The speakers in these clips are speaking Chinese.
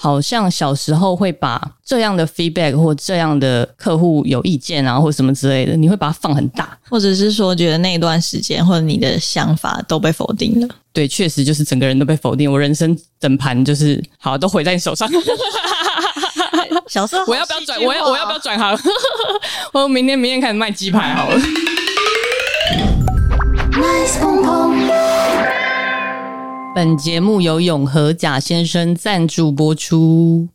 好像小时候会把这样的 feedback 或这样的客户有意见啊，或什么之类的，你会把它放很大。或者是说觉得那一段时间或者你的想法都被否定 了，对，确实就是整个人都被否定，我人生整盘就是好都毁在你手上。小时候我要不要转？我要我要不要转行？ 我明天明天开始卖鸡排好了。本节目由永和贾先生赞助播出，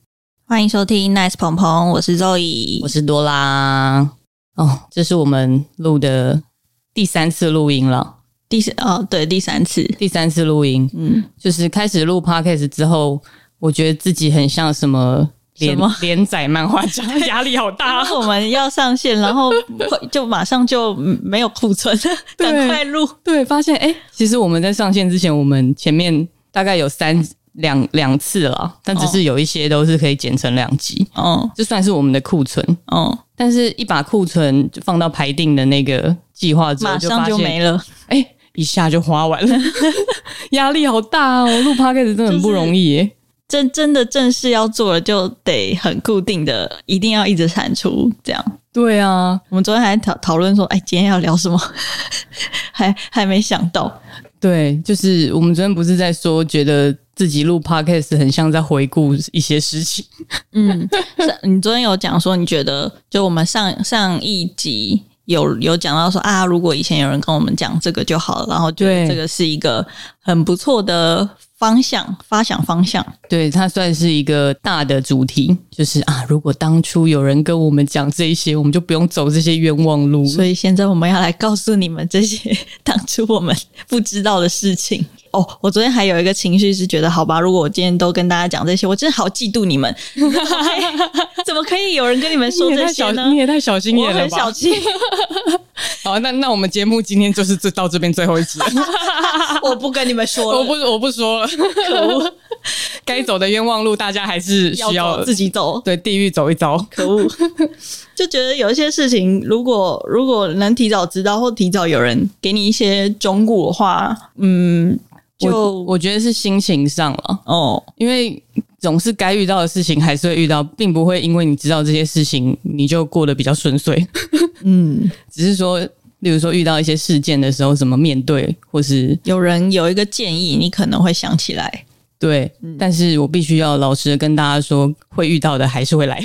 欢迎收听 Nice 鹏鹏，我是周怡我。是多拉。哦，这是我们录的第三次录音了，第三哦，对，第三次，第三次录音嗯，就是开始录 podcast 之后，我觉得自己很像什么连什么连载漫画家，压力好大 然。后我们要上线，然后就马上就没有库存， 对赶快录。对，发现哎、诶其实我们在上线之前，我们前面大概有三两两次了，但只是有一些都是可以剪成两集，哦这算是我们的库存。哦，但是，一把库存就放到排定的那个计划之后，马上发就现没了，哎、一下就花完 了，压力好大哦！录 podcast 真的很不容易耶。真真的正式要做了，就得很固定的，一定要一直产出。这样，对啊，我们昨天还讨讨论说，哎，今天要聊什么， 还还没想到。对，就是我们昨天不是在说，觉得自己录 podcast 很像在回顾一些事情。嗯，是你昨天有讲说，你觉得就我们上上一集有有讲到说啊，如果以前有人跟我们讲这个就好了，然后觉得对这个是一个很不错的方向，发想方向。对，它算是一个大的主题，就是啊，如果当初有人跟我们讲这一些，我们就不用走这些冤枉路。所以现在我们要来告诉你们这些 当初我们不知道的事情。哦，我昨天还有一个情绪是觉得，好吧，如果我今天都跟大家讲这些，我真的好嫉妒你们，怎么可以有人跟你们说你也这太些小，呢你？也太小心我眼了很小吧！气，好，那那我们节目今天就是这到这边最后一集了，我不跟你们说 了，我不我不说 了，可恶，该走的冤枉路大家还是需要走自己走，对地狱走一遭。可恶， 就觉得有一些事情，如果如果能提早知道，或提早有人给你一些忠告的话，嗯，我就我觉得是心情上了，哦，因为总是该遇到的事情还是会遇到，并不会因为你知道这些事情你就过得比较顺遂， 嗯，只是说，例如说遇到一些事件的时候怎么面对，或是有人有一个建议，你可能会想起来。 对。嗯但是我必须要老实的跟大家说，会遇到的还是会来，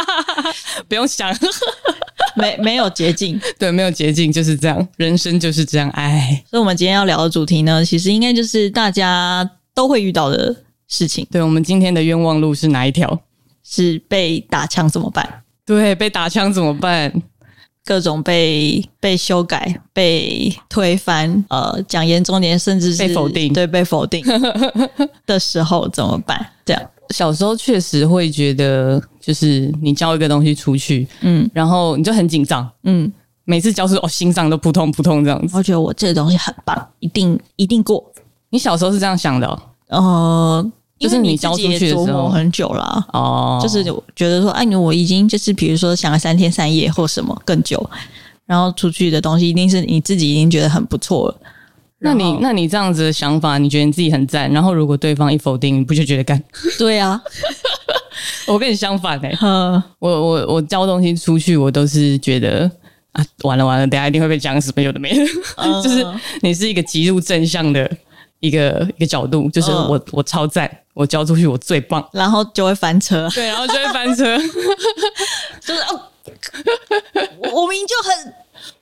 不用想，没没有捷径， 对，没有捷径就是这样，人生就是这样，哎，所以我们今天要聊的主题呢，其实应该就是大家都会遇到的事情，对我们今天的冤枉路是哪一条？是被打枪怎么办？对，被打枪怎么办？各种被被修改、被推翻，呃，讲严重点，甚至是被否定对，被否定的时候怎么办？这样，小时候确实会觉得，就是你交一个东西出去，嗯然后你就很紧张，嗯，每次交出哦，心脏都扑通扑通这样子。我觉得我这个东西很棒，一定一定过。你小时候是这样想的哦？呃，就是因为你自交己出也去的琢时磨候很久了啊、哦就是觉得说，哎、我已经就是比如说想了三天三夜或什么更久，然后出去的东西一定是你自己已经觉得很不错了。那然你后那你这样子的想法，你觉得你自己很赞，然后如果对方一否定，你不就觉得干？ 对啊，我跟你相反哎、嗯，我我我交东西出去，我都是觉得啊，完了完了，等一下一定会被讲什么有的没的。嗯就是你是一个极度正向的一个一个角度，就是嗯我、我超赞，我交出去我最棒。 然后就会翻车，对，然后就会翻 车。就是哦，我我明明就很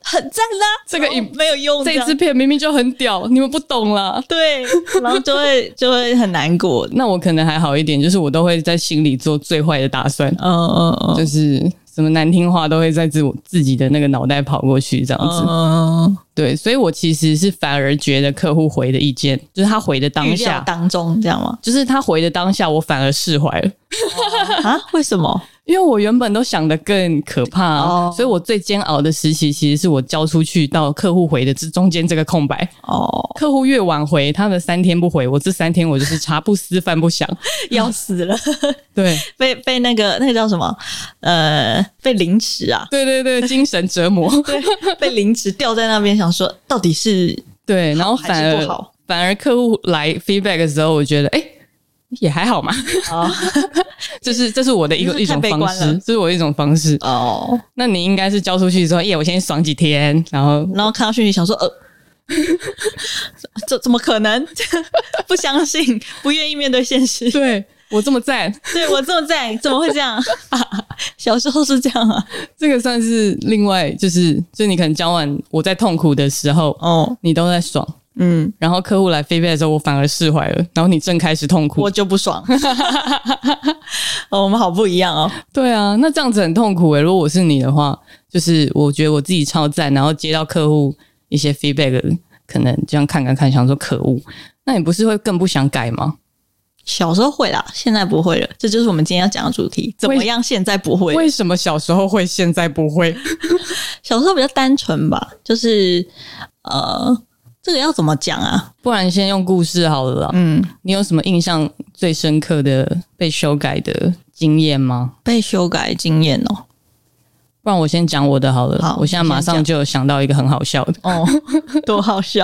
很赞啦，这个然后影没有用这样支片明明就很屌，你们不懂啦。对，然后就会就会很 难过。那我可能还好一点，就是我都会在心里做最坏的打算，啊嗯嗯嗯就是什么难听话都会在自我自己的那个脑袋跑过去这样子。嗯，对，所以我其实是反而觉得客户回的意见，就是他回的当预料下，当中这样吗？就是他回的当下，我反而释怀了。啊，为什么？因为我原本都想的更可怕、啊哦所以我最煎熬的时期其实是我交出去到客户回的这中间这个空白。哦，客户越晚回，他的三天不回，我这三天我就是茶不思饭不想。要死了。对，，被被那个那个叫什么呃被凌迟啊 对对对，精神折磨。对，被凌迟吊在那边，想说到底是对，然后还反是不而好反而客户来 feedback 的时候，我觉得哎、诶也还好嘛，哦就是 这是我的一个你一是太种悲方观了式，这是我一种方式。哦，那你应该是交出去之后，哎耶，我先爽几天，然后然后看到讯息想说，呃， 这怎么可能？ 不相信，不愿意面对现实。对我这么赞，对我这么在，怎么会这样？ 小时候是这样啊。这个算是另外就是，就你可能交往我在痛苦的时候，哦，你都在爽，嗯，然后客户来 feedback 的时候，我反而释怀了，然后你正开始痛苦我，就不爽。 哦，我们好不一样哦。对啊，那这样子很痛苦欸诶、如果我是你的话，就是我觉得我自己超赞，然后接到客户一些 feedback，可能这样看看看，想说可恶，那你不是会更不想改吗？小时候会啦，现在不会了。这就是我们今天要讲的主题：怎么样？现在不会。为什么小时候会，现在不会？小时候比较单纯吧，就是呃，这个要怎么讲啊？不然先用故事好了啦。嗯，你有什么印象最深刻的被修改的经验吗？被修改经验哦。 不然我先讲我的好了。好我现在马你先上讲就有想到一个很好笑的，哦，多好笑。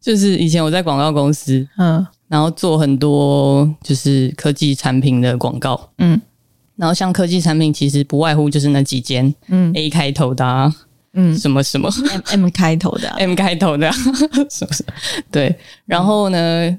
就是以前我在广告公司，嗯然后做很多就是科技产品的广告。嗯然后像科技产品，其实不外乎就是那几间嗯 A 开头的、啊，嗯什么什 么，M M 开头的啊、 M 开头 的、啊，什么什么，对。然后呢，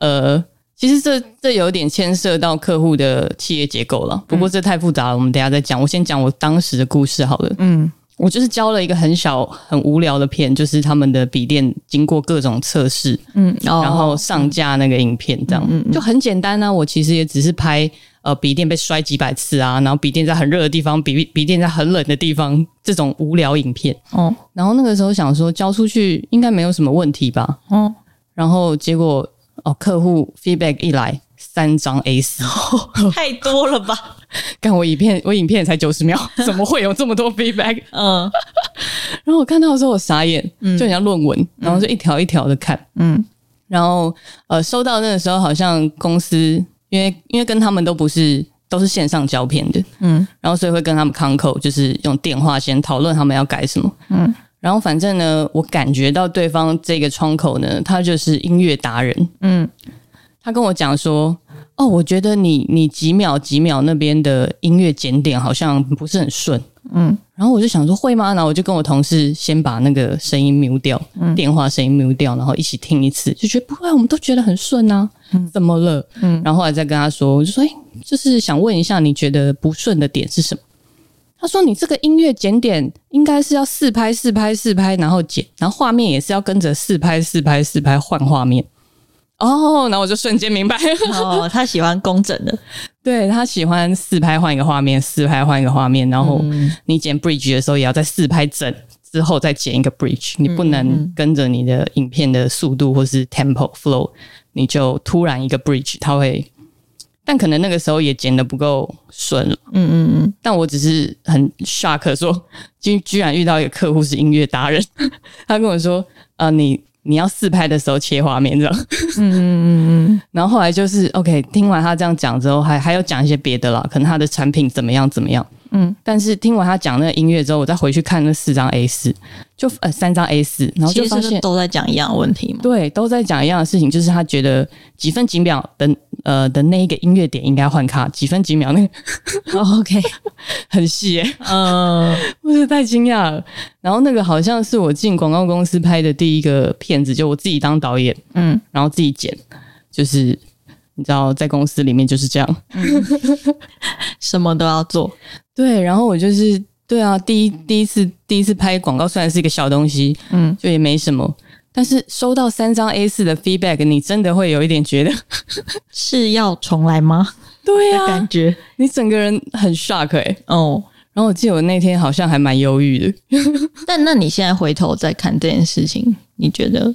呃，其实这这有点牵涉到客户的企业结构嗯了，不过这太复杂了，我们等一下再讲。我先讲我当时的故事好了。嗯我就是教了一个很小、很无聊的片，就是他们的笔电经过各种测试，嗯，哦然后上架那个影片，这样、就很简单呢、我其实也只是拍呃笔电被摔几百次啊，然后笔电在很热的地方，笔笔电在很冷的地方这种无聊影片。哦然后那个时候想说交出去应该没有什么问题吧，哦，然后结果哦客户 feedback 一来。三张 A 四， 太多了吧？干我影片，我影片才九 十秒，怎么会有这么多 feedback？ 嗯然后我看到的时候我傻眼，就很像论文，然后就一条一条的看，嗯然后呃，收到那个时候好像公司，因为因为跟他们都不是都是线上胶片的，嗯然后所以会跟他们 c o n c o 就是用电话先讨论他们要改什么。嗯然后反正呢，我感觉到对方这个窗口呢，他就是音乐达人，嗯他跟我讲说。哦，我觉得你你几秒几秒那边的音乐检点好像不是很顺，嗯然后我就想说会吗？然后我就跟我同事先把那个声音 mute 掉，嗯电话声音 mute 掉，然后一起听一次，就觉得不会啊，我们都觉得很顺啊，怎么了？嗯然后后来再跟他说，我就说，哎、就是想问一下，你觉得不顺的点是什么？他说：“你这个音乐检点应该是要四拍、四拍、四拍，然后剪，然后画面也是要跟着四拍、四拍、四拍换画面。”哦，然后我就瞬间明白了，哦，他喜欢工整的，对他喜欢四拍换一个画面，四拍换一个画面，然后你剪 bridge 的时候也要在四拍整之后再剪一个 bridge，你不能跟着你的影片的速度或是 tempo flow，你就突然一个 bridge，它会，但可能那个时候也剪的不够顺了。嗯嗯嗯，但我只是很 shock，说居居然遇到一个客户是音乐达人， 他跟我说，呃，你你要四拍的时候切画面这样，嗯嗯嗯嗯，然后后来就是 OK，听完他这样讲之后，还还有讲一些别的啦，可能他的产品怎么样怎么样，嗯，但是听完他讲那个音乐之后，我再回去看那四张 A 四，就呃三张 A 四，然后就其发实是现。都在讲一样的问题嘛。对，都在讲一样的事情，就是他觉得几分几秒的呃的那一个音乐点应该换卡，几分几秒那个 OK，很细耶、 嗯我是太惊讶了。然后那个好像是我进广告公司拍的第一个片子，就我自己当导演，嗯，然后自己剪，就是你知道，在公司里面就是这样。什么都要做。对，然后我就是对啊，第一第一次第一次拍广告，虽然是一个小东西，嗯，就也没什么。但是收到三张 A 四的 feedback，你真的会有一点觉得，是要重来吗？对的感觉。你整个人很 shock 哎、哦，然后我记得我那天好像还蛮忧郁的，但那你现在回头再看这件事情，你觉得？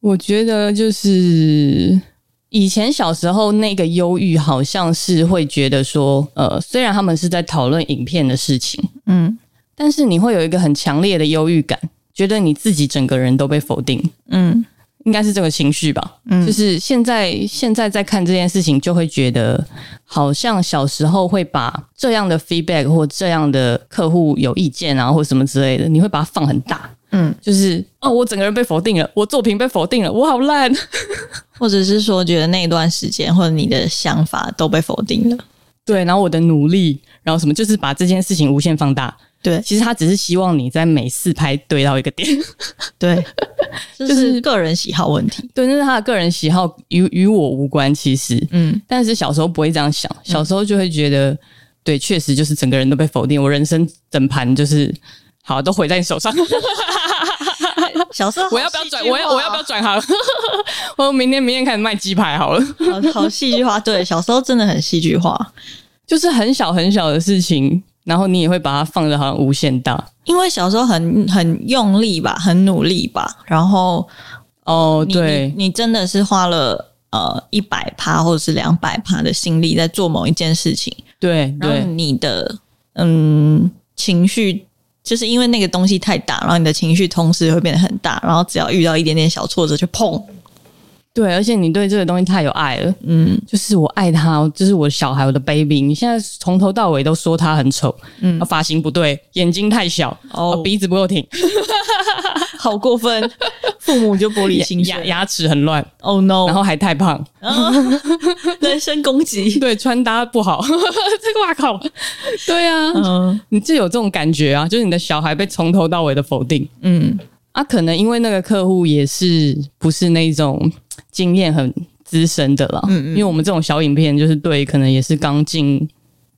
我觉得就是以前小时候那个忧郁，好像是会觉得说，呃，虽然他们是在讨论影片的事情，嗯但是你会有一个很强烈的忧郁感，觉得你自己整个人都被否定，嗯应该是这个情绪吧。嗯就是现在现在在看这件事情，就会觉得好像小时候会把这样的 feedback 或这样的客户有意见啊，或什么之类的，你会把它放很大。嗯，就是哦，我整个人被否定了，我作品被否定了，我好烂。 或者是说觉得那一段时间或者你的想法都被否定了，对，然后我的努力，然后什么，就是把这件事情无限放大。对其实他只是希望你在每四拍对到一个点， 对， 这是个人喜好问题。对，那是他的个人喜好，与与我无关。其实，嗯，但是小时候不会这样想，小时候就会觉得，对，确实就是整个人都被否定，我人生整盘就是好都毁在你手 上。小时候我要不要转？我要我要不要转行？ 我明天明天开始卖鸡排好了。要好好戏剧化？对，小时候真的很戏剧化，就是很小很小的事情，然后你也会把它放的好像无限大。因为小时候很很用力吧，很努力吧，然后哦，你对，你，你真的是花了。呃，一百趴或者是两百趴的心力在做某一件事情，对然后对你的嗯情绪，就是因为那个东西太大，然后你的情绪同时会变得很大，然后只要遇到一点点小挫折就砰，对，而且你对这个东西太有爱了，嗯，就是我爱他，就是我的小孩，我的 baby。你现在从头到尾都说他很丑，嗯，发型不对，眼睛太小，哦哦，鼻子不够挺，好过分，父母就玻璃心牙牙齿很乱， ，Oh no，啊然后还太胖，人身攻击， 对，穿搭不好， 这个哇靠，对啊， 嗯你就有这种感觉啊，就是你的小孩被从头到尾的否定。嗯啊，可能因为那个客户也是不是那种经验很资深的啦，嗯嗯，因为我们这种小影片就是对可能也是刚进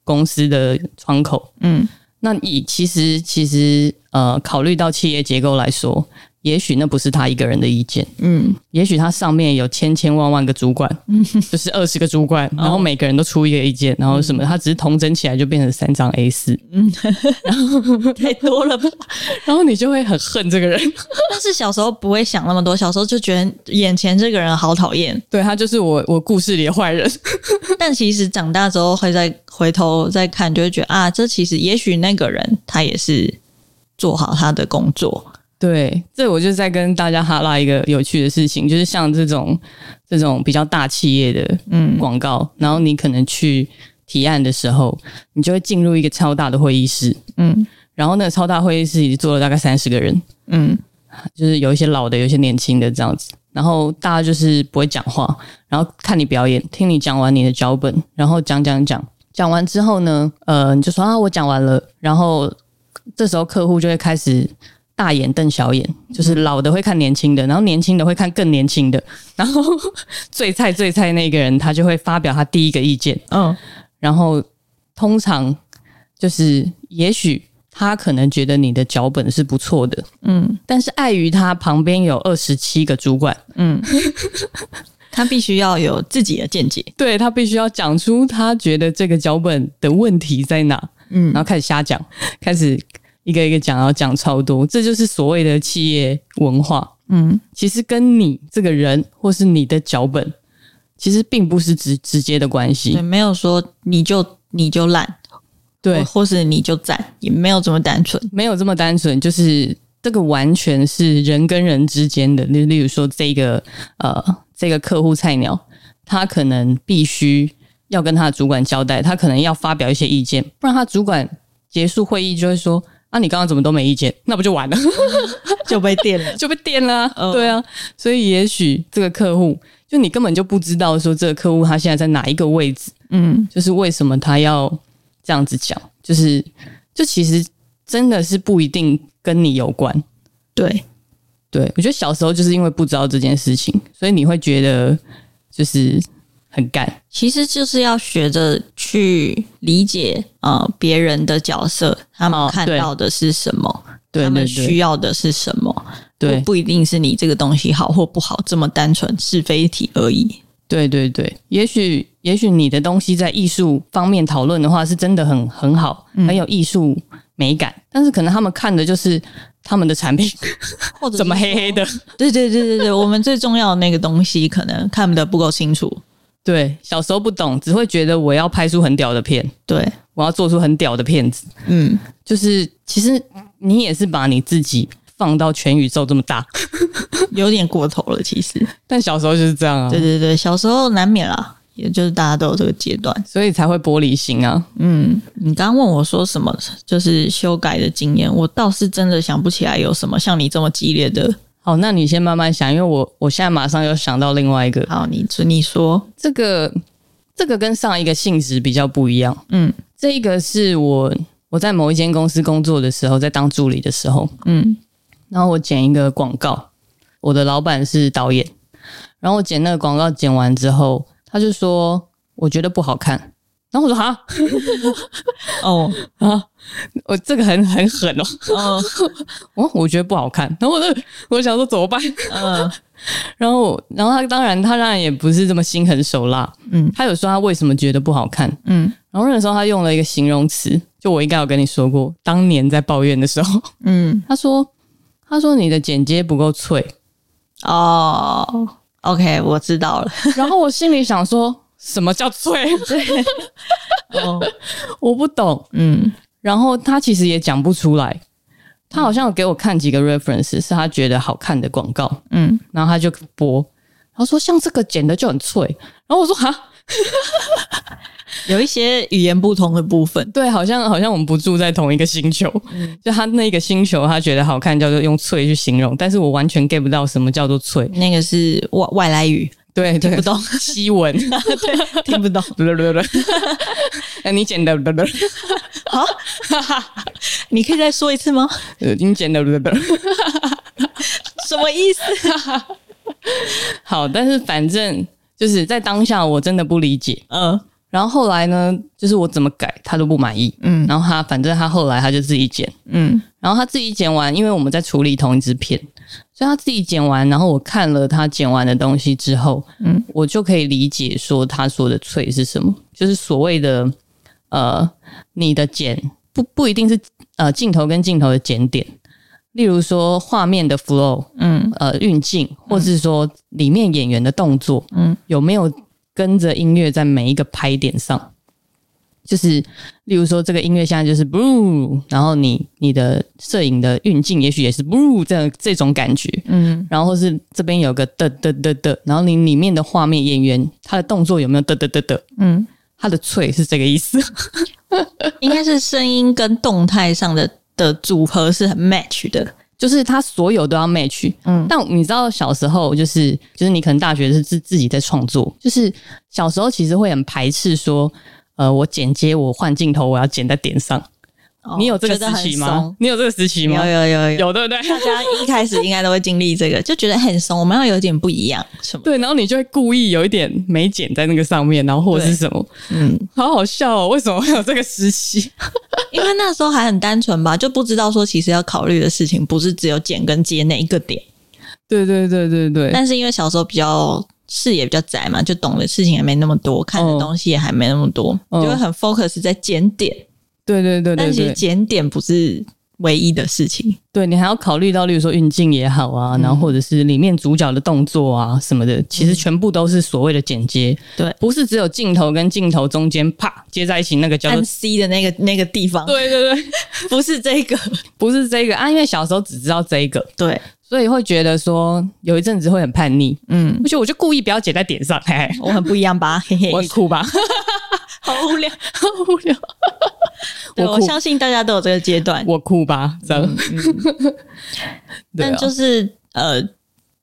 公司的窗口， 嗯，那以其实其实呃，考虑到企业结构来说，也许那不是他一个人的意见，嗯，也许他上面有千千万万个主管，就是二十个主管，然后每个人都出一个意见，然后什么，他只是统整起来就变成三张 A 四，太多了吧？然后你就会很恨这个人，但是小时候不会想那么多，小时候就觉得眼前这个人好讨厌，对他就是我我故事里的坏人。但其实长大之后会再回头再看，就会觉得啊，这其实也许那个人他也是做好他的工作，对，这我就在跟大家哈拉一个有趣的事情，就是像这种这种比较大企业的嗯广告，然后你可能去提案的时候，你就会进入一个超大的会议室，嗯然后那个超大会议室里坐了大概三十个人，嗯就是有一些老的，有一些年轻的这样子，然后大家就是不会讲话，然后看你表演，听你讲完你的脚本，然后讲讲讲，讲完之后呢，呃，你就说啊，我讲完了，然后这时候客户就会开始大眼瞪小眼，就是老的会看年轻的，然后年轻的会看更年轻的，然后 最菜最菜那个人他就会发表他第一个意见，嗯然后通常就是也许他可能觉得你的脚本是不错的，嗯但是碍于他旁边有二十七个主管，嗯，他必须要有自己的见解，对他必须要讲出他觉得这个脚本的问题在哪，嗯然后开始瞎讲，开始一个一个讲，然后讲超多，这就是所谓的企业文化。嗯其实跟你这个人或是你的脚本，其实并不是直直接的关系对，。没有说你就你就烂，对或，或是你就赞，也没有这么单 纯，没有这么单纯，就是这个完全是人跟人之间的。例例如说，这个呃，这个客户菜鸟，他可能必须要跟他的主管交代，他可能要发表一些意见，不然他主管结束会议就会说：“啊，你刚刚怎么都没意见？那不就完了， 就被电了。就被电了、啊。嗯对啊，所以也许这个客户，就你根本就不知道说这个客户他现在在哪一个位置，嗯就是为什么他要这样子讲，就是就其实真的是不一定跟你有关。对，对我觉得小时候就是因为不知道这件事情，所以你会觉得就是很干。其实就是要学着去理解呃别人的角色，他们哦看对到的是什么，对对他们需对要的是什么，对不不一定是你这个东西好或不好这么单纯是非题而已。对对对，也许也许你的东西在艺术方面讨论的话，是真的很很好，嗯很有艺术美感，但是可能他们看的就是他们的产品或 者怎么黑啊黑的。对对对对对，我们最重要的那个东西可能看得不够清楚。对，小时候不懂，只会觉得我要拍出很屌的片， 对，我要做出很屌的片子。嗯，就是其实你也是把你自己放到全宇宙这么大，有点过头了，其实。但小时候就是这样啊。对对对，小时候难免啦，也就是大家都有这个阶段。所以才会玻璃心啊。嗯，你刚刚问我说什么，就是修改的经验，我倒是真的想不起来有什么像你这么激烈的。好，那你先慢慢想，因为我我现在马上又想到另外一个，好，你你说，这个这个跟上一个性质比较不一样。嗯这一个是我我在某一间公司工作的时候，在当助理的时候，嗯然后我剪一个广告，我的老板是导演，然后我剪那个广告剪完之后，他就说我觉得不好看，然后我说哈，哦我这个很很狠哦，哦我我觉得不好看，然后我就我想说怎么办，嗯然后然后他当然他当然也不是这么心狠手辣，嗯他有说他为什么觉得不好看， 嗯然后那时候他用了一个形容词，就我应该有跟你说过，当年在抱怨的时候，嗯 他说他说你的剪接不够脆，哦，OK，我知道了。 然后我心里想说什么叫 脆，哦，我不懂。嗯然后他其实也讲不出来，他好像有给我看几个 reference 是他觉得好看的广告，嗯，然后他就播，然后说像这个剪的就很脆，然后我说哈，有一些语言不同的部分。对，好像好像我们不住在同一个星球，嗯 就他那个星球他觉得好看叫做用脆去形容，但是我完全 get 不到什么叫做脆，那个是外外来语，对听对不，懂，西文， 听 不懂。对对对，哎你剪的，好，你可以再说一次吗？呃你剪的，什么意思？好，但是反正就是在当下我真的不理解，嗯然后后来呢，就是我怎么改他都不满意，嗯然后他反正他后来他就自己剪，嗯然后他自己剪完，因为我们在处理同一支片，所以他自己剪完，然后我看了他剪完的东西之后，嗯嗯，我就可以理解说他说的脆是什么，就是所谓的呃，你的剪不不一定是呃镜头跟镜头的剪点，例如说画面的 flow，嗯呃运镜，或是说里面演员的动作，嗯嗯，有没有跟着音乐在每一个拍点上？就是例如说，这个音乐现在就是 blue，然后你你的摄影的运镜也许也是 blue 这这种感觉，嗯然后或是这边有个的的的的，然后你里面的画面演员他的动作有没有的的的的，嗯，他的脆是这个意思。 应该是声音跟动态上的的组合是很 match 的。就是他所有都要 match。嗯嗯，但你知道小时候就是就是你可能大学是自自己在创作，就是小时候其实会很排斥说，呃，我剪接我换镜头，我要剪在点上。哦你有这个觉得时很期松吗？你有这个时期有吗？有有有，有对不对？大家一开始应该都会经历这个，就觉得很松，我们要有点不一样，什么？对，然后你就会故意有一点没剪在那个上面，然后或者是什么，嗯，好好笑哦！为什么会有这个时期？因为那时候还很单纯吧，就不知道说其实要考虑的事情不是只有剪跟接那一个点， 对对对对对，但是因为小时候比较视野比较窄嘛，就懂的事情还没那么多，看的东西也还没那么多，嗯就会很 focus 在剪点，对对对但对其实对，剪点不是唯一的事情。对你还要考虑到，例如说运镜也好啊，然后或者是里面主角的动作啊什么的，其实全部都是所谓的剪接，对不是只有镜头跟镜头中间啪接在一起那个叫按做。 C 的那个那个地方，嗯对对对，不是这个，不是这个啊，因为小时候只知道这一个， 对，所以会觉得说有一阵子会很叛逆，嗯，而且我就故意不要剪在点上，嘿嘿，我很不一样吧，嘿嘿我，很酷 吧，好无聊。无聊，对，我我酷相信大家都有这个阶段， 我酷吧，这样， 对啊嗯但就是呃，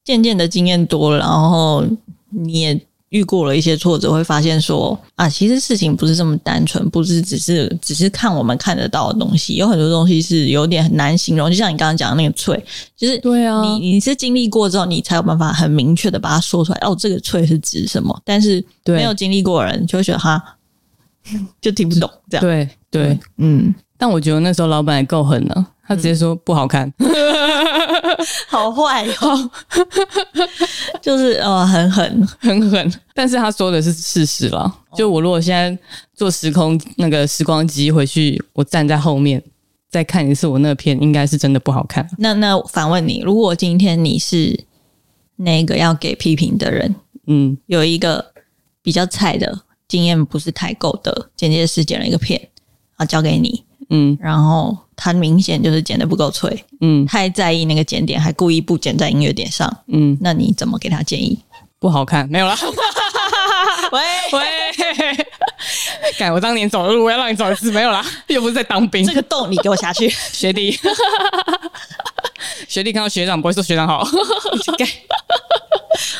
渐渐的经验多了，然后你也遇过了一些挫折，会发现说啊，其实事情不是这么单纯，不是只是只是看我们看得到的东西，有很多东西是有点很难形容。就像你刚刚讲的那个脆，就是对啊你你是经历过之后，你才有办法很明确的把它说出来。哦，这个脆是指什么？但是对没有经历过的人就会觉 得哈，就听不懂这样。对对，嗯，但我觉得那时候老板也够狠了，他直接说不好看， 好坏哦， 就是呃，很狠，很狠，但是他说的是事实啦。哦就我如果现在坐时空那个时光机回去，我站在后面再看一次我那片，应该是真的不好看。那那反问你，如果今天你是那个要给批评的人，嗯，有一个比较菜的经验不是太够的剪接师剪了一个片，啊交给你，嗯然后他明显就是剪的不够脆，嗯太在意那个剪点，还故意不剪在音乐点上，嗯，那你怎么给他建议？不好看，没有啦。 喂，喂， 改我当年走的路，我要让你走一次，没有啦，又不是在当兵。这个洞你给我下去，学弟， 学弟看到学长不会说学长好，改。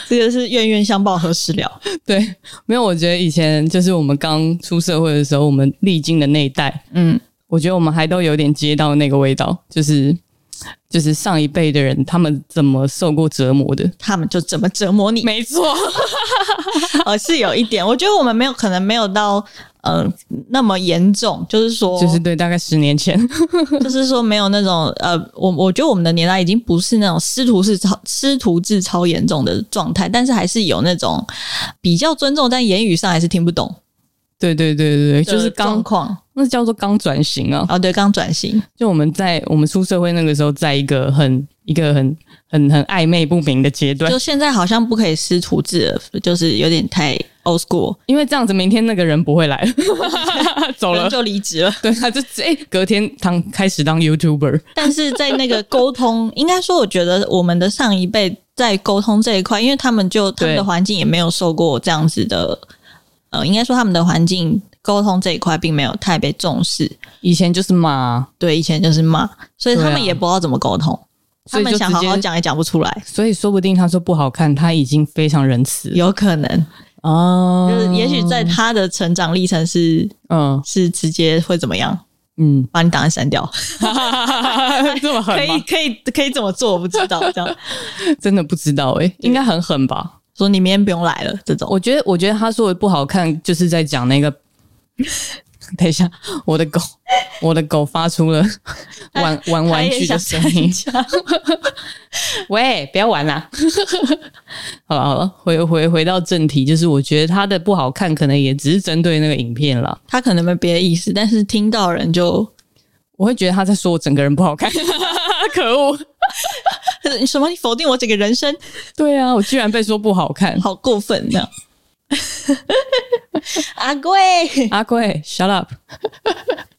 这就是冤冤相报何时了？ 对，没有，我觉得以前就是我们刚出社会的时候，我们历经的那一代，嗯，我觉得我们还都有点接到那个味道，就是就是上一辈的人他们怎么受过折磨的。他们就怎么折磨你？没错，呃，是有一点，我觉得我们没有可能没有到呃那么严重，就是说，就是对，大概十年前，就是说没有那种呃，我我觉得我们的年代已经不是那种师徒是超师徒制超严重的状态，但是还是有那种比较尊重，但言语上还是听不懂，对对对对对，就是状刚况那叫做刚转型啊，哦，对，刚转型，就我们在我们出社会那个时候，在一个很一个很很很暧昧不明的阶段就，现在好像不可以师徒制了，就是有点太 old school，因为这样子明天那个人不 会来了，走人了，就离职了。对，他就直哎、隔天当开始当 YouTuber，但是在那个沟通，应该说，我觉得我们的上一辈在沟通这一块，因为他们就他们的环境也没有受过这样子的，呃，应该说他们的环境沟通这一块并没有太被重视。以前就是啊嘛，对，以前就是骂，所以他对啊们也不知道怎么沟通，他所以就们想直好接好讲也讲不出来，所以说不定他说不好看，他已经非常仁慈了有可能哦，就是也许在他的成长历程是嗯是直接会怎么样，嗯， 把你档案删掉，这么可狠以吗？可以可以怎么做，我不知道这样。真的不知道哎、应该很狠吧？说你明天不用来了，这种我觉得，我觉得他说的不好看，就是在讲那个。 等一下，我的狗，我的狗发出了玩 玩玩具的声音。他也想参加喂，不要玩啦！ 好了好了，回回回到正题，就是我觉得它的不好看，可能也只是针对那个影片啦。 他可能没别的意思，但是听到人就 我会觉得他在说我整个人不好看， 可恶！什么你否定我整个人生，对啊，我居然被说不好 看。好过分这样。阿贵，阿贵，shut up！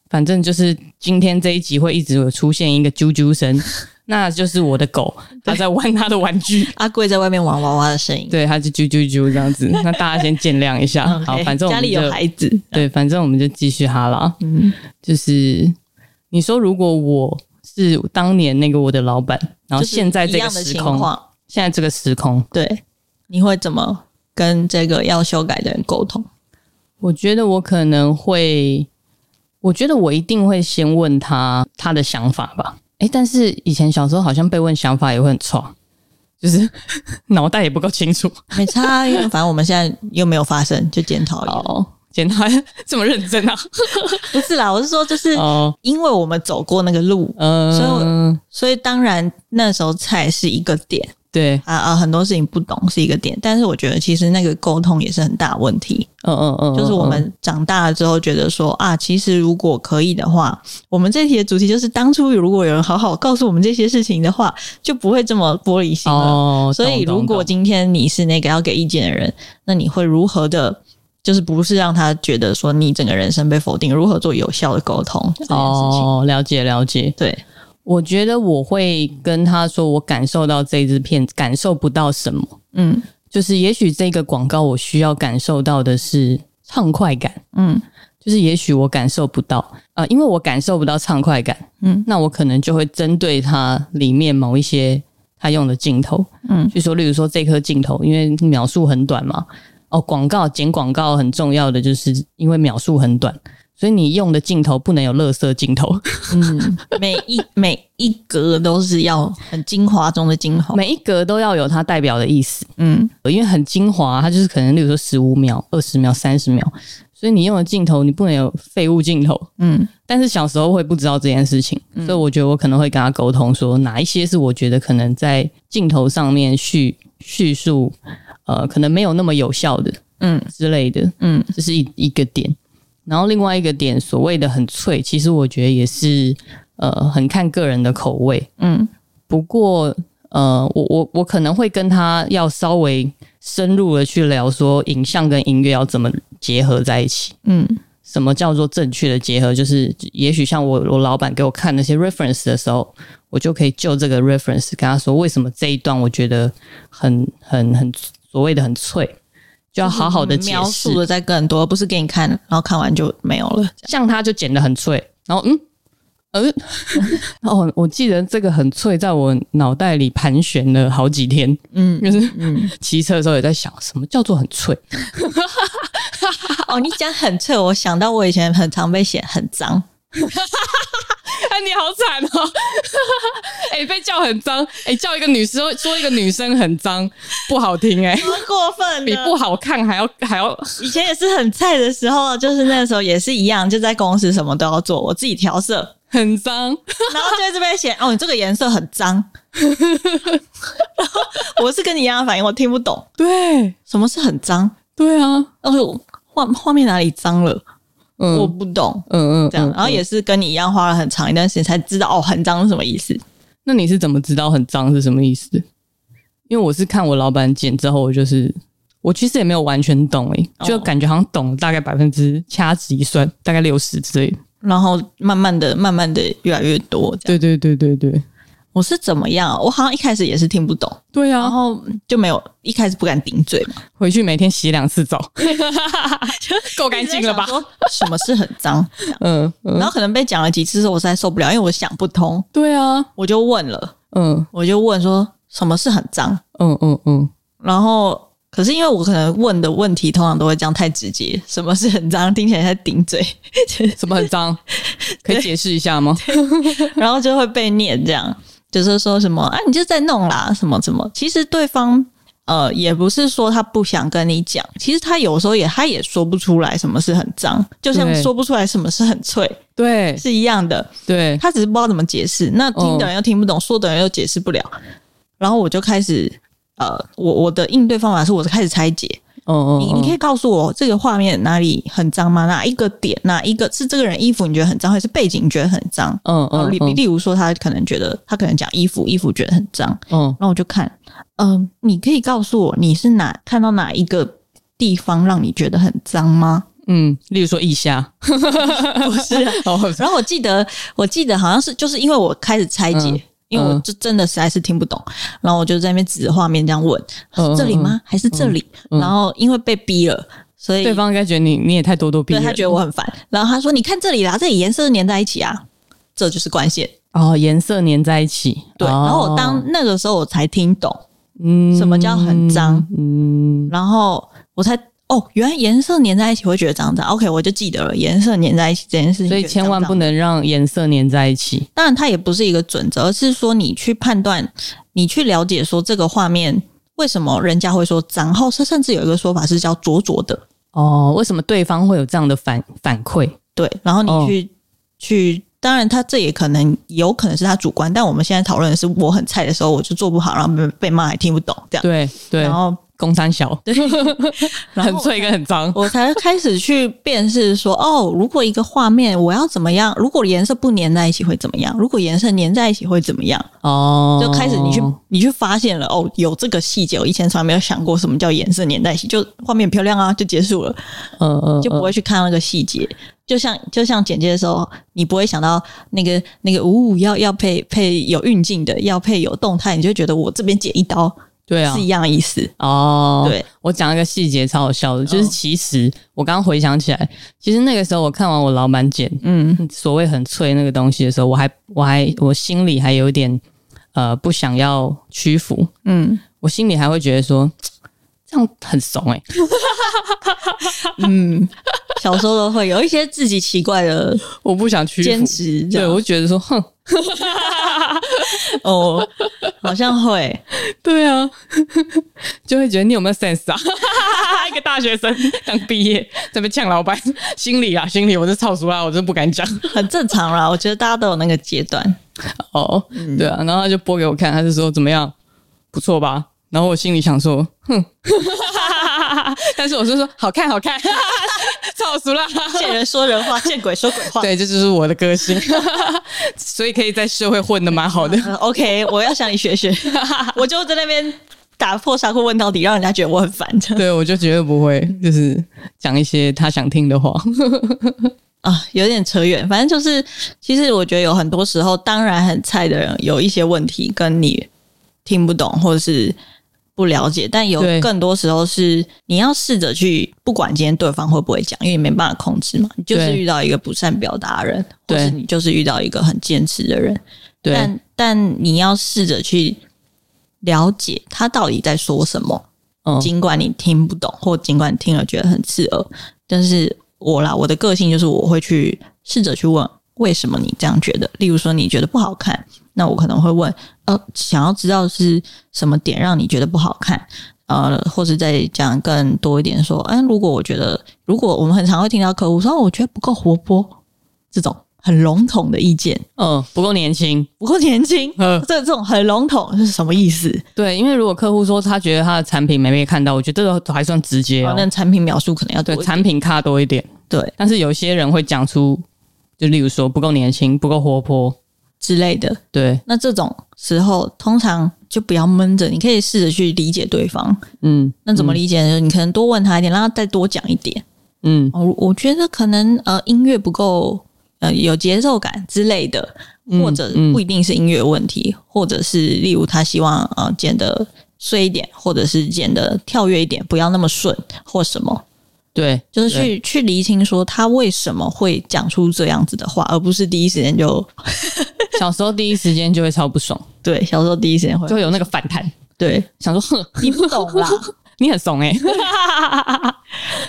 反正就是今天这一集会一直有出现一个啾啾 声，那就是我的狗，它在玩它的玩 具。阿贵在外面玩娃娃的声音。对，它就啾啾啾这样子，那大家先见谅一下。 OK，好，反正我家们里有就孩子，对，反正我们就继续哈啦。嗯，就是你说，如果我是当年那个我的老板，然后就是现在这个一样的时情空，况，现在这个时空，对，你会怎么跟这个要修改的人 沟通？我觉得我可能会，我觉得我一定会先问他他的想法吧。诶，但是以前小时候好像被问想法也会很错，就是 脑袋也不够清楚。没差啊，因为反正我们现在又没有发生，就检讨一下。哦，检讨 这么认 真啊？不是啦，我是说，就是哦，因为我们走过那个路，嗯、所以所以当然那时候菜是一个点。对，啊啊，很多事情不懂是一个点，但是我觉得其实那个沟通也是很大问题。嗯嗯嗯，就是我嗯们长大了之后，觉得说啊，其实如果可以的话，我们这一题的主题就是当初如果有人好好告诉我们这些事情的话，就不会这么玻璃心了。哦，所以懂如懂果懂今天你是那个要给意见的人，那你会如何的？就是不是让他觉得说你整个人生被否定，如何做有效的沟通这件事情？哦，了解了解，对，我觉得我会跟他说，我感受到这支片感受不到什么，嗯就是也许这个广告我需要感受到的是畅快感，嗯就是也许我感受不到，呃，因为我感受不到畅快感，嗯那我可能就会针对它里面某一些他用的镜头，嗯就说例如说这颗镜头，因为秒数很短嘛，哦，广告剪广告很重要的就是因为秒数很短，所以你用的镜头不能有垃圾镜头。嗯， 每一每一格都是要很精华中的精华。每一格都要有它代表的意思，嗯因为很精华，它就是可能，例如说十五秒、二十秒、三十秒，所以你用的镜头你不能有废物镜头。嗯但是小时候会不知道这件事情，所以我觉得我可能会跟他沟通说，哪一些是我觉得可能在镜头上面叙叙述，呃，可能没有那么有效的嗯之类的，嗯这是一一个点。然后另外一个点，所谓的很脆，其实我觉得也是呃，很看个人的口味。嗯不过，呃，我我我可能会跟他要稍微深入的去聊，说影像跟音乐要怎么结合在一起。嗯什么叫做正确的结合？就是也许像我我老板给我看那些 reference 的时候，我就可以就这个 reference 跟他说，为什么这一段我觉得很很很所谓的很脆，就要好好的解描释述。的再更多，而不是给你看，然后看完就没有了。像它就剪得很脆，然后嗯。呃， 哦，我记得这个很脆，在我脑袋里盘旋了好几天。嗯，就是骑车的时候也在想，什么叫做很脆？ 哦，你讲很脆，我想到我以前很常被写很 脏， 哎，你好惨哦！ 哎、被叫很脏，哎、叫一个女生说一个女生很脏，不好听 哎、很过分啊比不好看还要还要以前也是很菜的时候，就是那时候也是一样，就在公司什么都要做，我自己调色，很脏。然后就在这边写哦，你这个颜色很脏。 然后我是跟你一样的反应，我听不懂对什么是很脏，对啊，哦，画画面哪里脏了，嗯我不懂。嗯嗯，这样，嗯然后也是跟你一样花了很长一段时间才知道哦，很脏是什么意思。那你是怎么知道很脏是什么意思？因为我是看我老板剪之后，我就是我其实也没有完全懂诶、哦就感觉好像懂大概百分之掐指一算，大概六十之类的。然后慢慢的、慢慢的越来越多。这样，对对对对对我是怎么样？啊我好像一开始也是听不懂，对然啊！后就没有一开始不敢顶嘴嘛，回去每天洗两次 澡，够干净了吧一直在？想说什么是很脏？嗯嗯，然后可能被讲了几次之后，我实在受不了，因为我想不通，对啊，我就问了，嗯我就问说什么是很脏？嗯嗯嗯，然后。可是因为我可能问的问题通常都会这样太直接，什么是很脏，听起来在顶嘴， 什么很脏？可以解释一下吗？然后就会被念这样，就是说什么啊，你就在弄啦，什么什么。其实对方呃也不是说他不想跟你讲，其实他有时候也他也说不出来什么是很脏，就像对说不出来什么是很脆对是一样的，对，他只是不知道怎么解释。那听的人又听不懂，说的人又解释不了，然后我就开始。呃，我我的应对方法是，我是开始拆解。嗯嗯，你你可以告诉我这个画面哪里很脏吗？哪一个点？哪一个是这个人衣服你觉得很脏，还是背景你觉得很脏？嗯然后嗯例例如说，他可哦能觉得他可能讲衣服，衣服觉得很脏，嗯然后我就看，嗯、你可以告诉我你是哪看到哪一个地方让你觉得很脏吗？嗯，例如说腋下，不是、哦，然后我记得，我记得好像是就是因为我开始拆解，嗯因为我嗯就真的实在是听不懂，然后我就在那边指着画面这样问：嗯是这里吗？还是这里？嗯然后因为被逼了，所以对方应该觉得你你也太咄咄逼嗯对人，他觉得我很烦，然后他说：“你看这里啦，这里颜色粘在一起啊，这就是关键。”哦，颜色粘在一起。对，哦然后我当那个时候我才听懂。嗯什么叫很脏，嗯然后我才哦，原来颜色粘在一起会觉得脏脏。OK，我就记得了，颜色粘在一起这件事情，所以千万不。能让颜色粘在一起。当然，它也不是一个准则，而是说你去判断，你去了解说这个画面为什么人家会说脏，后甚至有一个说法是叫灼灼的，哦，为什么对方会有这样的反反馈？对。然后哦你去、去，当然他这也可能有可能是他主观，但我们现在讨论的是我很菜的时候我就做不好，然后被被骂还听不懂这样，对对然，后公三小，对，然 后很脆跟很脏。我才开始去辨识说，哦，如果一个画面我要怎么样？如果颜色不粘在一起会怎么样？如果颜色粘在一起会怎么样？哦，就开始你去、你去发现了，哦，有这个细节，我以前从来没有想过什么叫颜色粘在一起，就画面很漂亮啊，就结束了，嗯嗯，就不会去看那个细节。就像就像简介的时候，你不会想到那个那个五五要要配配有运镜的，要配有动态，你就觉得我这边剪一刀对啊是。一样的意思。哦，对，我讲一个细节超好笑的，就是嗯其实我刚刚回想起来，其实那个时候我看完我老板剪嗯所谓很脆那个东西的时候，我还我还我心里还有点呃不想要屈服，嗯我心里还会觉得说，嘖这样很怂哎、嗯， 小时候都会有一些自己奇怪的 我不想屈坚服。持这对，样我就觉得说，哼， 哦，好像会。对啊， 就会觉得你有没有 sense 啊？ 一个大学生刚毕业，在那边呛老板， 心里啊，心里我是操熟啊，我真不敢讲。很正常啦，我觉得大家都有那个阶段。 哦，对啊，然后他就播给我看，他就说怎么样，不错吧？然后我心里想说，哼， 但是我就说好看，好看， 操熟了。 见人说人话，见鬼说鬼话。对，这就是我的个 性，所以可以在社会混的蛮好的。嗯 OK，我要向你学学。我就在那边打破砂锅问到底，让人家觉得我很 烦。 这样对，我就绝对不会，就是讲一些他想听 的话。啊，有点扯远。反正就是，其实我觉得有很多时候，当然很菜的人有一些问题跟你听不懂，或者是不了解，但有对更多时候是你要试着去，不管今天对方会不会讲，因为你没办法控制嘛，你就是对遇到一个不善表达的人，或对是你就是遇到一个很坚持的人，对但但你要试着去了解他到底在说什么，嗯尽管你听不懂，或尽管听了觉得很刺耳，但是我啦，我的个性就是我会去试着去问为什么你这样觉得。例如说你觉得不好看，那我可能会问，呃，想要知道是什么点让你觉得不好看。呃，或是再讲更多一点，说，哎、如果我觉得，如果我们很常会听到客户说，哦我觉得不够活泼，这种很笼统的意见，嗯不够年 轻，不够年轻，嗯这这种很笼统是什么意思？对，因为如果客户说他觉得他的产品没被看到，我觉得这个还算直接、哦哦，那产品描述可能要多对一点产品卡多一点，对但是有些人会讲出，就例如说不够年轻，不够活泼，之类的。对，那这种时候，通常就不要闷着，你可以试着去理解对方。嗯那怎么理解呢？就是你可能多问他一点，让他再多讲一点。嗯哦，我觉得可能呃音乐不够呃有节奏感之类的，或者嗯不一定是音乐问题，或者是例如他希望呃剪的碎一点，或者是剪的跳跃一点，不要那么顺或什么。对，就是对去去厘清说他为什么会讲出这样子的话，而不是第一时间就小时候第一时间就会超不 爽，对小时候第一时间会就会有那个反弹，对想说哼，你不懂啦。你很怂哎、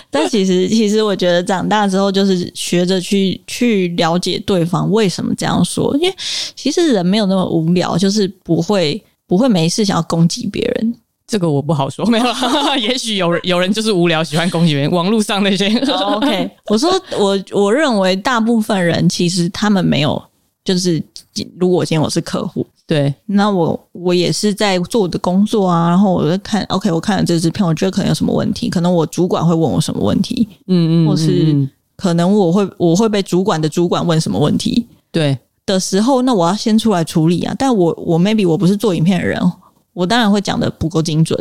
但其实其实我觉得长大之后就是学着去去了解对方为什么这样说，因为其实人没有那么无聊，就是不会不会没事想要攻击别人。 这个我不好说，没有啦， 也许有人有人就是无聊，喜欢攻击别人，网络上那些，哦 OK，我说我我认为大部分人其实他们没有，就是如果今天我是客户， 对那我我也是在做我的工作啊，然后我在看，OK，我看了这支片，我觉得可能有什么问题，可能我主管会问我什么问题，嗯嗯，或是嗯嗯可能我会我会被主管的主管问什么问题对的时候，那我要先出来处理啊。但我我 maybe 我不是做影片的人，我当然会讲的不够精准，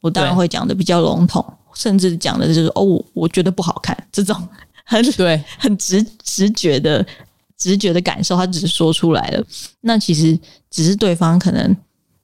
我当然对会讲的比较笼统，甚至讲的就是哦，我我觉得不好看这种 很对很直直觉的直觉的感受，他只是说出来了。那其实只是对方可能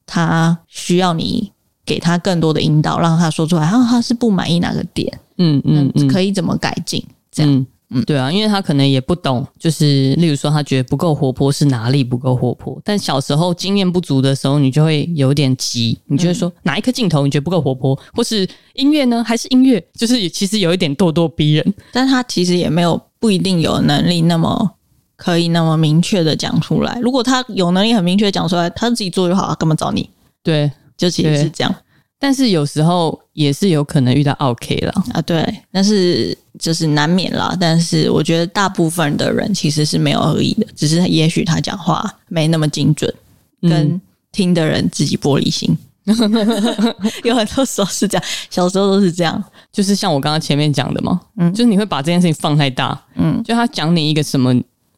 他需要你给他更多的引导，让他说出来，啊，他是不满意哪个点，嗯嗯嗯，嗯，可以怎么改进？这样嗯对啊，因为他可能也不懂，就是例如说，他觉得不够活泼是哪里不够活泼，但小时候经验不足的时候，你就会有点急，你嗯就会说、哪一颗镜头你觉得不够活泼，或是音乐呢？还是音乐？就是也其实有一点咄咄逼人，但他其实也没有不一定有能力那么。可以那么明确的讲出来。如果他有能力很明确的讲出来，他自己做就好啊，干嘛找你？对。就其实对是这样但是有时候也是有可能遇到 OK 啦，啊，对。但是就是难免啦。但是我觉得大部分的人其实是没有恶意的，只是也许他讲话没那么精准，嗯跟听的人自己玻 璃心。有很多时候是这样，小时候都是这样。就是像我刚刚前面讲的嘛，嗯就是你会把这件事情放太大，嗯就他讲你一个什么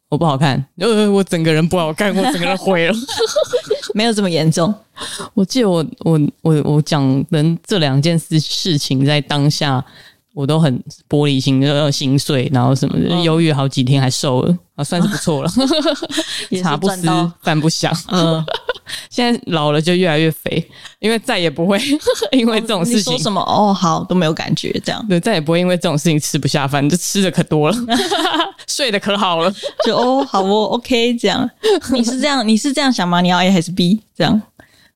我不好看，呃，我整个人不好看，我整个人 毁了。没有这么严重。我记得我我我我讲的这两件事事情在当下，我都很玻璃心，呃，心碎，然后什么嗯的，忧郁好几天，还瘦了啊，算是不错了， 也是茶不赚思到饭不想。嗯， 现在老了就越来越肥，因为再也不会 因为这种你事说情，什么？哦，好，都没有感觉，这样对，再也不会因为这种事情吃不下饭，就吃的可多了， 睡的可好了。就哦，好哦，OK，这样。你是这样，你是这样想吗？你要 A 还是 B？这样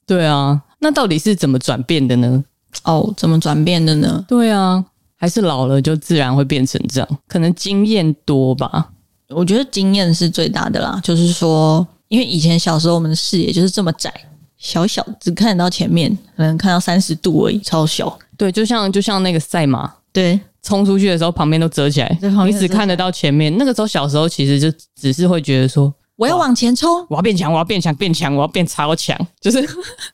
对啊，那到底是怎么转变的呢？哦，怎么转变的呢？对啊，还是老了就自然会变成这样，可能经验多吧。我觉得经验是最大的啦，就是说，因为以前小时候我们的视野就是这么窄，小小只看得到前面，可能看到三十度而已，超小。对，就像就像那个赛马对，冲出去的时候，旁边都遮起来对旁，边你都遮只起来看得到前面。那个时候小时候其实就只是会觉得说，我要往前冲，我要变强，我要变强，变强，我要变超强，就是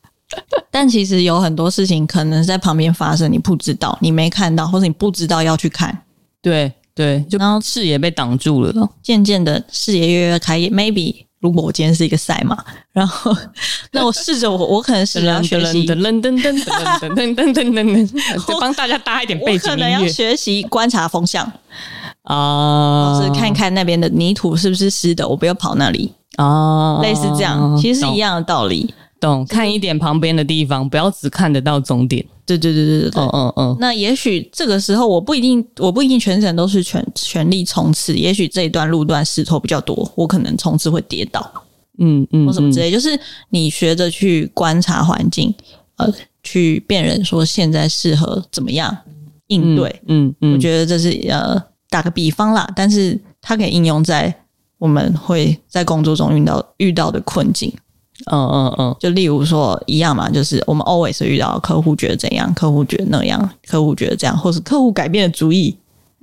但其实有很多事情可能在旁边发生，你不知道，你没看到，或者你不知道要去看。对对，就然后视野被挡住了咯。渐渐的视野越来越开，maybe 如果我今天是一个赛马， 然后那我试着我我可能试噔着要学习噔噔，噔噔噔噔噔噔噔噔噔，就 帮大家搭一点我背景可音能要乐学习观察风向，啊，就是看看那边的泥土是不是湿的，我不要跑那里，啊，类似这样，其实是一样。样的道理。懂，看一点旁边的地方，不要只看得到终点。对对对对对对。嗯嗯嗯，那也许这个时候我不一定，我不一定全程都是全全力冲刺，也许这一段路段石头比较多，我可能冲刺会跌倒嗯嗯，或什么嗯之类。就是你学着去观察环境，呃，去辨认说现在适合怎么样应对。，嗯嗯，我得觉得这是呃打个比方啦，但是它可以应用在我们会在工作中遇到遇到的困境，嗯嗯嗯就例如说一样嘛，就是我们 always 遇到客户觉得怎样，客户觉得那样，客户觉得这样，或是客户改变了主意，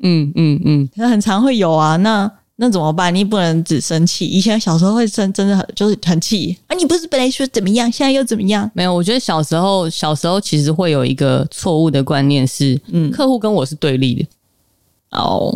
嗯嗯嗯，那很常会有啊，那。那怎么办？你不能只生气。以前小时候会生，真的很就是很气啊！你不是本来说怎么样，现在又怎么样？没有，我觉得小时候小时候其实会有一个错误的观念是，嗯客户跟我是对立的，哦，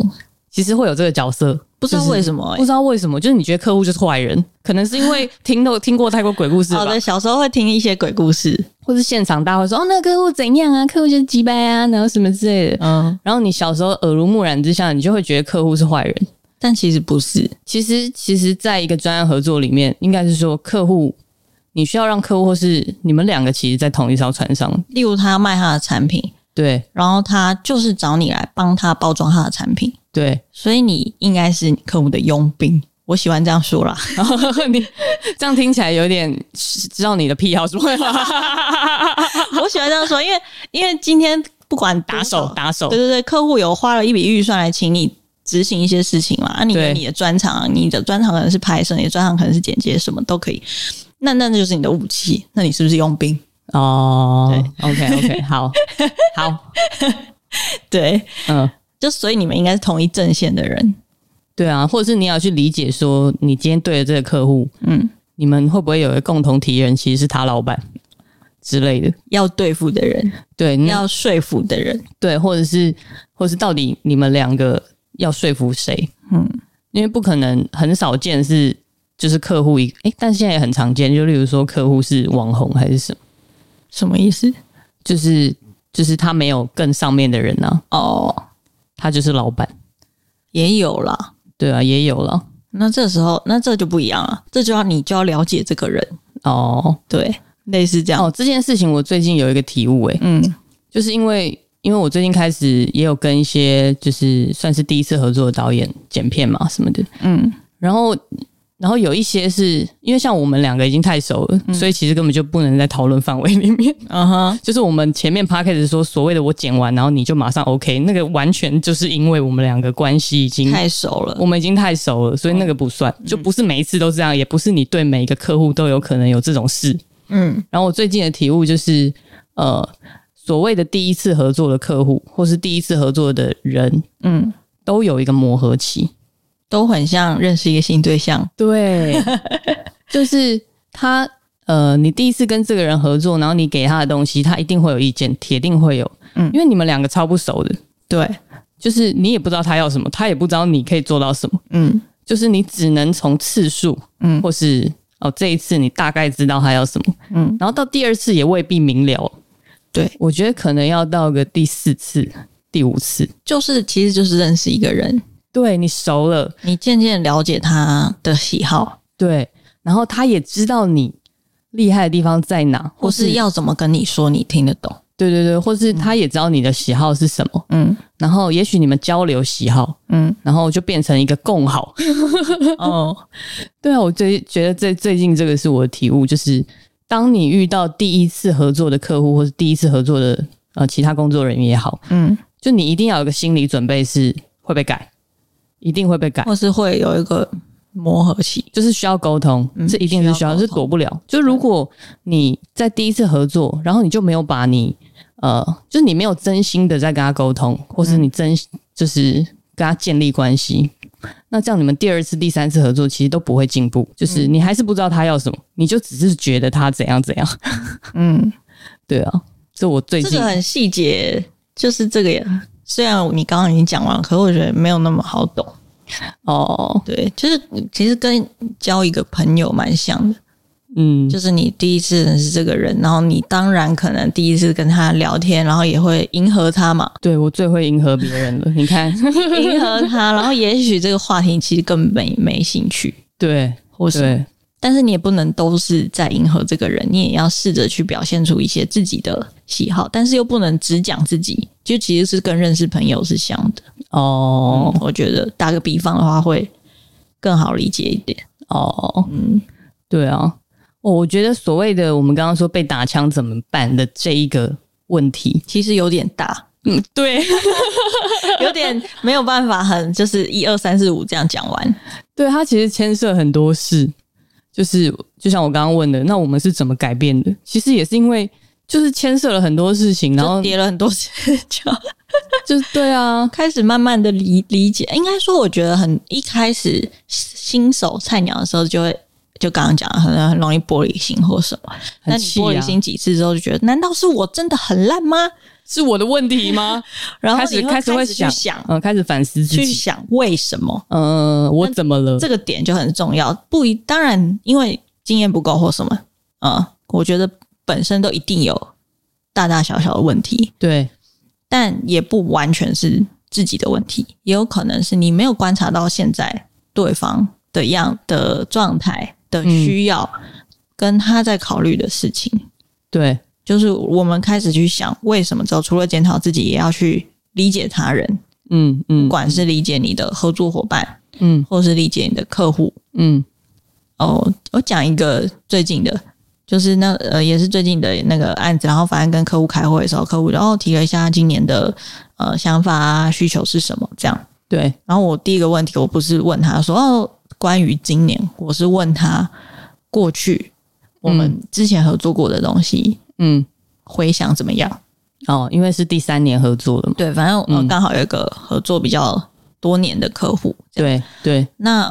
其实会有这个角色。不知道就是为什么欸不知道为什么，就是你觉得客户就是坏人，可能是因为听到听过太多鬼故事吧好，的，哦小时候会听一些鬼故事，或是现场大家会说哦，那个客户怎样啊，客户就是鸡掰啊，然后什么之类的。嗯，然后你小时候耳濡目染之下，你就会觉得客户是坏人。但其实不是，其实，其实，在一个专案合作里面，应该是说客户，你需要让客户或是你们两个其实，在同一艘船上。例如他要卖他的产品，对然后他就是找你来帮他包装他的产品，对，所以你应该是客户的佣兵。我喜欢这样 说啦，然后 你这样听起来有点知道你的癖好是会我喜欢这样说，因为因为今天不管多 打少手， 打手对，对对，客户有花了一笔预算来请你执行一些事情嘛，啊，你对有你的专长，你的专长可能是拍摄，你的专长可能是剪接，什么都可以。那那那就是你的武器，那你是不是佣兵？哦，OK OK，好好， 对，嗯，就所以你们应该是同一阵线的人，对啊，或者是你要去理解说，你今天对的这个客户，嗯，你们会不会有一个共同敌人，其实是他老板之类的？要对付的人，对，那要说服的人，对，或者是，或是到底你们两个要说服谁？嗯，因为不可能很少见是就是客户一诶、但现在也很常见，就例如说客户是网红还是什么，什么意思？就是就是他没有更上面的人呢、啊，哦，他就是老板，也有啦。对啊，也有了那这时候，那这就不一样了，这就要你就要了解这个人，哦对，类似这样。哦，这件事情我最近有一个体悟、诶，嗯就是因为因为我最近开始也有跟一些就是算是第一次合作的导演剪片嘛什么的，嗯然后，然后有一些是因为像我们两个已经太熟了，所以其实根本就不能在讨论范围里面。 嗯哼，就是我们前面 p a c k a g e 说所谓的我剪完，然后你就马上 OK，那个完全就是因为我们两个关系已经。太熟了。我们已经太熟了，所以那个不算，就不是每一次都这样，也不是你对每一个客户都有可能有这种事。嗯然后我最近的体悟就是，呃，所谓的第一次合作的客户或是第一次合作的人，嗯，都有一个磨合期。都很像认识一个新对象。对， 就是他呃，你第一次跟这个人合作，然后你给他的东西，他一定会有意见，铁定会有，嗯因为你们两个超不熟的，对，就是你也不知道他要什么，他也不知道你可以做到什么，嗯就是你只能从次数，嗯或是哦这一次你大概知道他要什么，嗯，然后到第二次也未必明了，对，我觉得可能要到个第四次、第五次，就是其实就是认识一个人，对你熟了，你渐渐了解他的喜好，对，然后他也知道你厉害的地方在哪，或是要嗯怎么跟你说，你听得懂。对对对，或是他也知道你的喜好是什么，嗯然后也许你们交流喜好，嗯，然后就变成一个共好。 哦， 对啊，我最觉得最最近这个是我的体悟，就是当你遇到第一次合作的客户，或是第一次合作的呃其他工作人员也好，嗯，就你一定要有个心理准备是会被改，一定会被改，或是会有一个磨合期。就是需要沟通，嗯这一定是需需要，要沟这通躲不了。就如果你在第一次合作，然后你就没有把你呃，就是你没有真心的在跟他沟通，或是你嗯真、就是跟他建立关系，那这样你们第二次、第三次合作其实都不会进步，就是你还是不知道他要什么，你就只是觉得他怎样怎样。 嗯，对啊，这我最这近个很细节，就是这个也。虽然你刚刚已经讲完了，可是我觉得没有那么好懂。哦，对，就是其实跟交一个朋友蛮像的。嗯，，就是你第一次认识这个人，然后你当然可能第一次跟他聊天，然后也会迎合他嘛对我最会迎合别人了，你 看，迎合他，然后也许这个话题其实根本没没兴趣，对或是对，但是你也不能都是在迎合这个人，你也要试着去表现出一些自己的喜好，但是又不能只讲自己，就其实是跟认识朋友是像的。哦嗯，我觉得打个比方的话会更好理解一点。哦，嗯，对啊，哦我觉得所谓的我们刚刚说被打枪怎么办的这一个问 题，其实有点 大，嗯，对有点没有办法很就是一二三四五这样讲完。对，它其实牵涉很多事，就是就像我刚刚问的，那我们是怎么改变的？其实也是因为就是牵涉了很多事情，然后就叠了很多次，就就是对 啊，开始慢慢的理理解。应该说，我觉得很一开始新手菜鸟的时候，就会就刚刚讲的，很很容易玻璃心或什么。那很你气玻璃啊，心几次之后，就觉得难道是我真的很烂吗？是我的问题 吗？然后开始你开始会会去想想，嗯，开始反思自去己，想为什么嗯，我怎么了？这个点就很重要。不一当然，因为经验不够或什么，嗯，我觉得本身都一定有大大小小的问题。对，但也不完全是自己的问题，也有可能是你没有观察到现在对方的样的状态的需要，跟他在考虑的事情。对，就是我们开始去想为什么之后，除了检讨自己，也要去理解他人，嗯不嗯管是理解你的合作伙伴，嗯或是理解你的客户。嗯，哦，我讲一个最近的。就是那呃，也是最近的那个案子，然后反正跟客户开会的时候，客户就哦提了一下他今年的呃想法啊、需求是什么这样，对，然后我第一个问题，我不是问他说哦，关于今年，我是问他过去我们之前合作过的东西、嗯，回想怎么样？哦，因为是第三年合作了嘛，对，反正嗯呃刚好有一个合作比较多年的客户，这样对对，那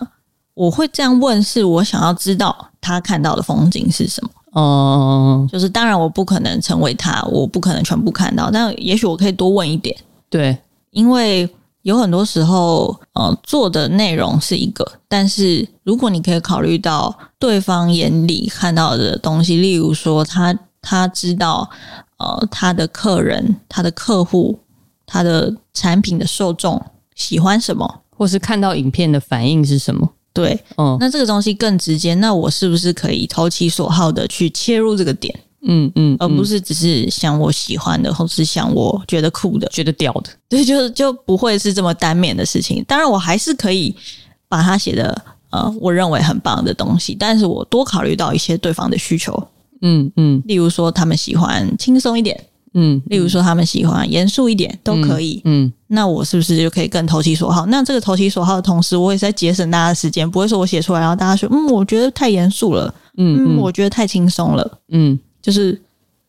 我会这样问，是我想要知道他看到的风景是什么。哦，就是当然我不可能成为他，我不可能全部看到，但也许我可以多问一点。对，因为有很多时候，呃，做的内容是一个，但是如果你可以考虑到对方眼里看到的东西，例如说他他知道，呃，他的客人、他的客户、他的产品的受众喜欢什么，或是看到影片的反应是什么？对，哦，那这个东西更直接，那我是不是可以投其所好的去切入这个点，嗯嗯，而不是是只是想我喜欢的，或是想我觉得酷的？ 觉得屌的，对，就就不会是这么单面的事情。当然，我还是可以把它写的呃，我认为很棒的东西，但是我多考虑到一些对方的需求，嗯嗯例如说他们喜欢轻松一点，嗯，例如说他们喜欢严肃一点，都可以。嗯，那我是不是就可以更投其所好？那这个投其所好的同时，我也是在节省大家的时间，不会说我写出来，然后大家说，嗯，我觉得太严肃了，嗯嗯嗯，我觉得太轻松了。嗯就是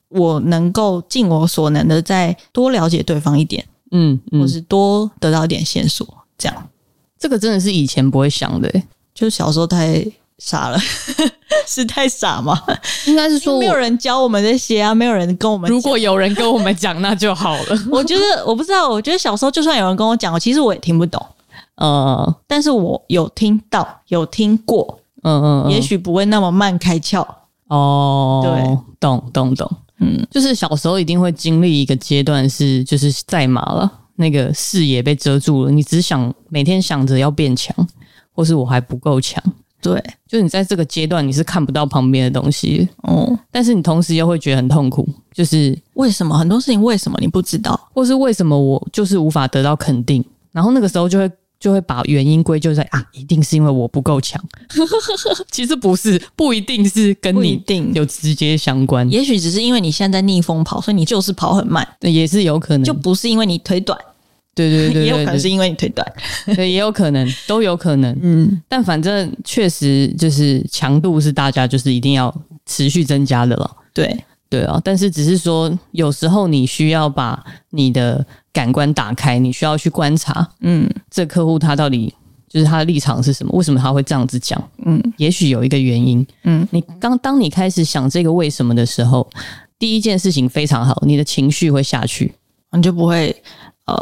我能够尽我所能的再多了解对方一点。嗯或嗯，是多得到一点线索，这样这个真的是以前不会想的、欸，就小时候太傻了， 是太傻吗？应该是说没有我人教我们这些啊，没有人跟我们。如果有人跟我们讲，那就好 了。我觉得我不知道，我觉得小时候就算有人跟我讲，其实我也听不懂，呃，但是我有听到，有听过，嗯嗯，嗯也许不会那么慢开窍。哦，对，懂懂懂，嗯，就是小时候一定会经历一个阶段是，就是赛马了，那个视野被遮住了，你只想每天想着要变强，或是我还不够强，对，就是你在这个阶段你是看不到旁边的东西，哦，但是你同时又会觉得很痛苦，就是为什么很多事情为什么你不知道？或是为什么我就是无法得到肯定，然后那个时候就会就会把原因归咎在啊，一定是因为我不够强， 其实不是，不一定是跟不一你定，有直接相关，也许只是因为你现在在逆风跑，所以你就是跑很慢，也是有可能，就不是因为你腿短，对嗯对对对，也有可能对是因为你腿短。对，也有可能，都有可能。嗯，但反正确实就是强度是大家就是一定要持续增加的了，对，对啊。但是只是说，有时候你需要把你的感官打开，你需要去观察嗯这客户他到底就是他的立场是什么，为什么他会这样子讲？嗯也许有一个原因。嗯，你刚当你开始想这个为什么的时候，第一件事情非常好，你的情绪会下去。你就不会呃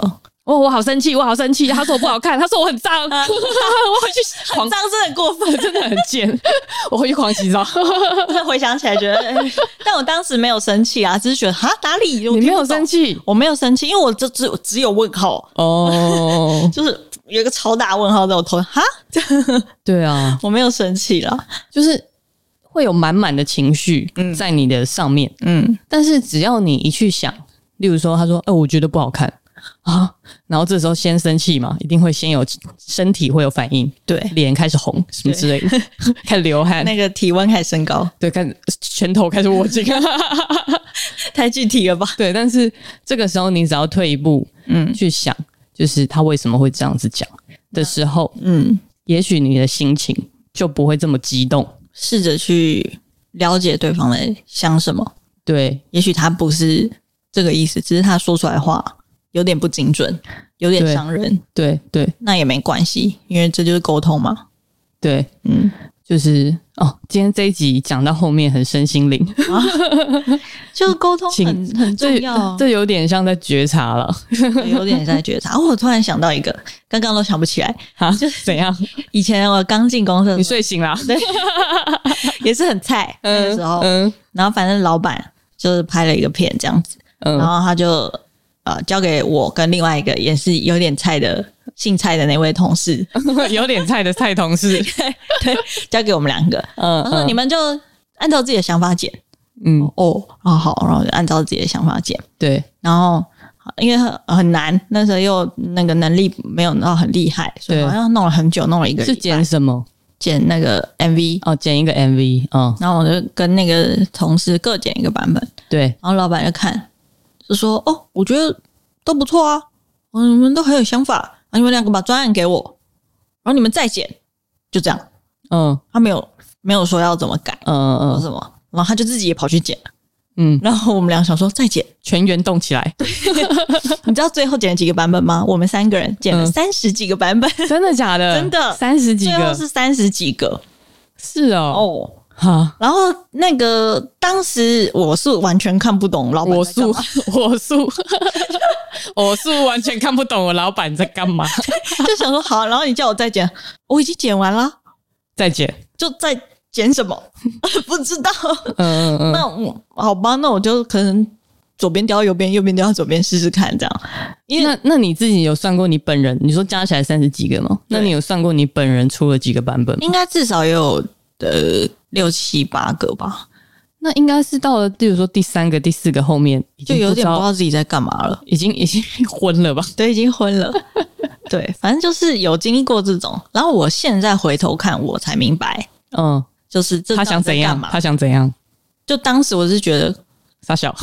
哦，我好生气，我好生气！他说我不好看，他说我很 脏，我回去狂 脏真的很过分，真的很贱， 我回去狂洗澡。真的回想起来觉得， 哎但我当时没有生气啊，只是觉得哈哪里 你没有生气，气我没有生气，因为我就只有只有问号，哦？就是有一个超大问号在我头上，哈，对啊，我没有生气啦，就是会有满满的情绪在你的上面，嗯，但是只要你一去想，例如说，他说：“哎、我觉得不好看啊。”然后这时候先生气嘛，一定会先有身体会有反应，对，脸开始红什么之 类的，开始流汗，那个体温还 升高，对，看拳头开始握 紧。太具体了吧？对，但是这个时候你只要退一步，嗯，嗯去想，就是他为什么会这样子讲的时候，嗯，也许你的心情就不会这么激动。试着去了解对方在想什么，对，也许他不是这个意思，只是他说出来的话有点不精准，有点对伤人，对，对，那也没关系，因为这就是沟通嘛。对，嗯，就是哦，今天这一集讲到后面很身心灵，就沟通请很很重这要啊，这有点像在觉察了，对有点在觉察。哦，我突然想到一个，刚刚都想不起来。啊，怎样？以前我刚进公司的你时候，睡醒啦？也是很菜那个时候，嗯 然后反正老板就是拍了一个片这样子，然嗯后他就呃交给我跟另外一个也是有点菜的姓蔡的那位 同事，嗯，有点菜的蔡同事，对，交给我们两个， 嗯他说你嗯们就按照自己的想法剪嗯，哦，啊好，然后就按照自己的想法剪，对，然后。因为很很难，那时候又那个能力没有到很厉害，所以对好像弄了很久，弄了一个是礼拜剪什么？剪那个 MV，哦，剪一个 MV，嗯，然后我就跟那个同事各剪一个版本，对，然后老板就看，就说：“哦，我觉得都不错啊，嗯，你们都很有想法，啊，你们两个把专案给我，然后你们再剪，就这样。嗯”他没有没有说要怎么改嗯或嗯什么，然后他就自己也跑去剪。嗯，然后我们俩想说再剪，全员动起来，你知道最后剪了几个版本吗？我们三个人剪了嗯三十几个版本，真的假的？真的三十几最后个，是三十几个是哦，哦。哈，然后那个当时我是完全看不懂老板我在干素嘛， 我素我素完全看不懂我老板在干嘛， 就想说好，然后你叫我再剪，我已经剪完了。 再剪，就在剪什么， 不知道。嗯嗯嗯，那我好吧，那我就可能左边雕右边，右边雕左边试试看，这样因为那那你自己有算过你本人？你说加起来三十几个吗？对那你有算过你本人出了几个版本吗？应该至少也有呃六七八个吧，那应该是到了，比如说第三个、第四个后面，已就经有嗯不知点不知道，道自己在干嘛了，已经 已经昏了吧？对，已经昏了。 对，反正就是有经历过这种，然后我现在回头看，我才明白，嗯，就是这他到想底在怎干样？嘛他？想怎样？就当时我是觉得傻 小，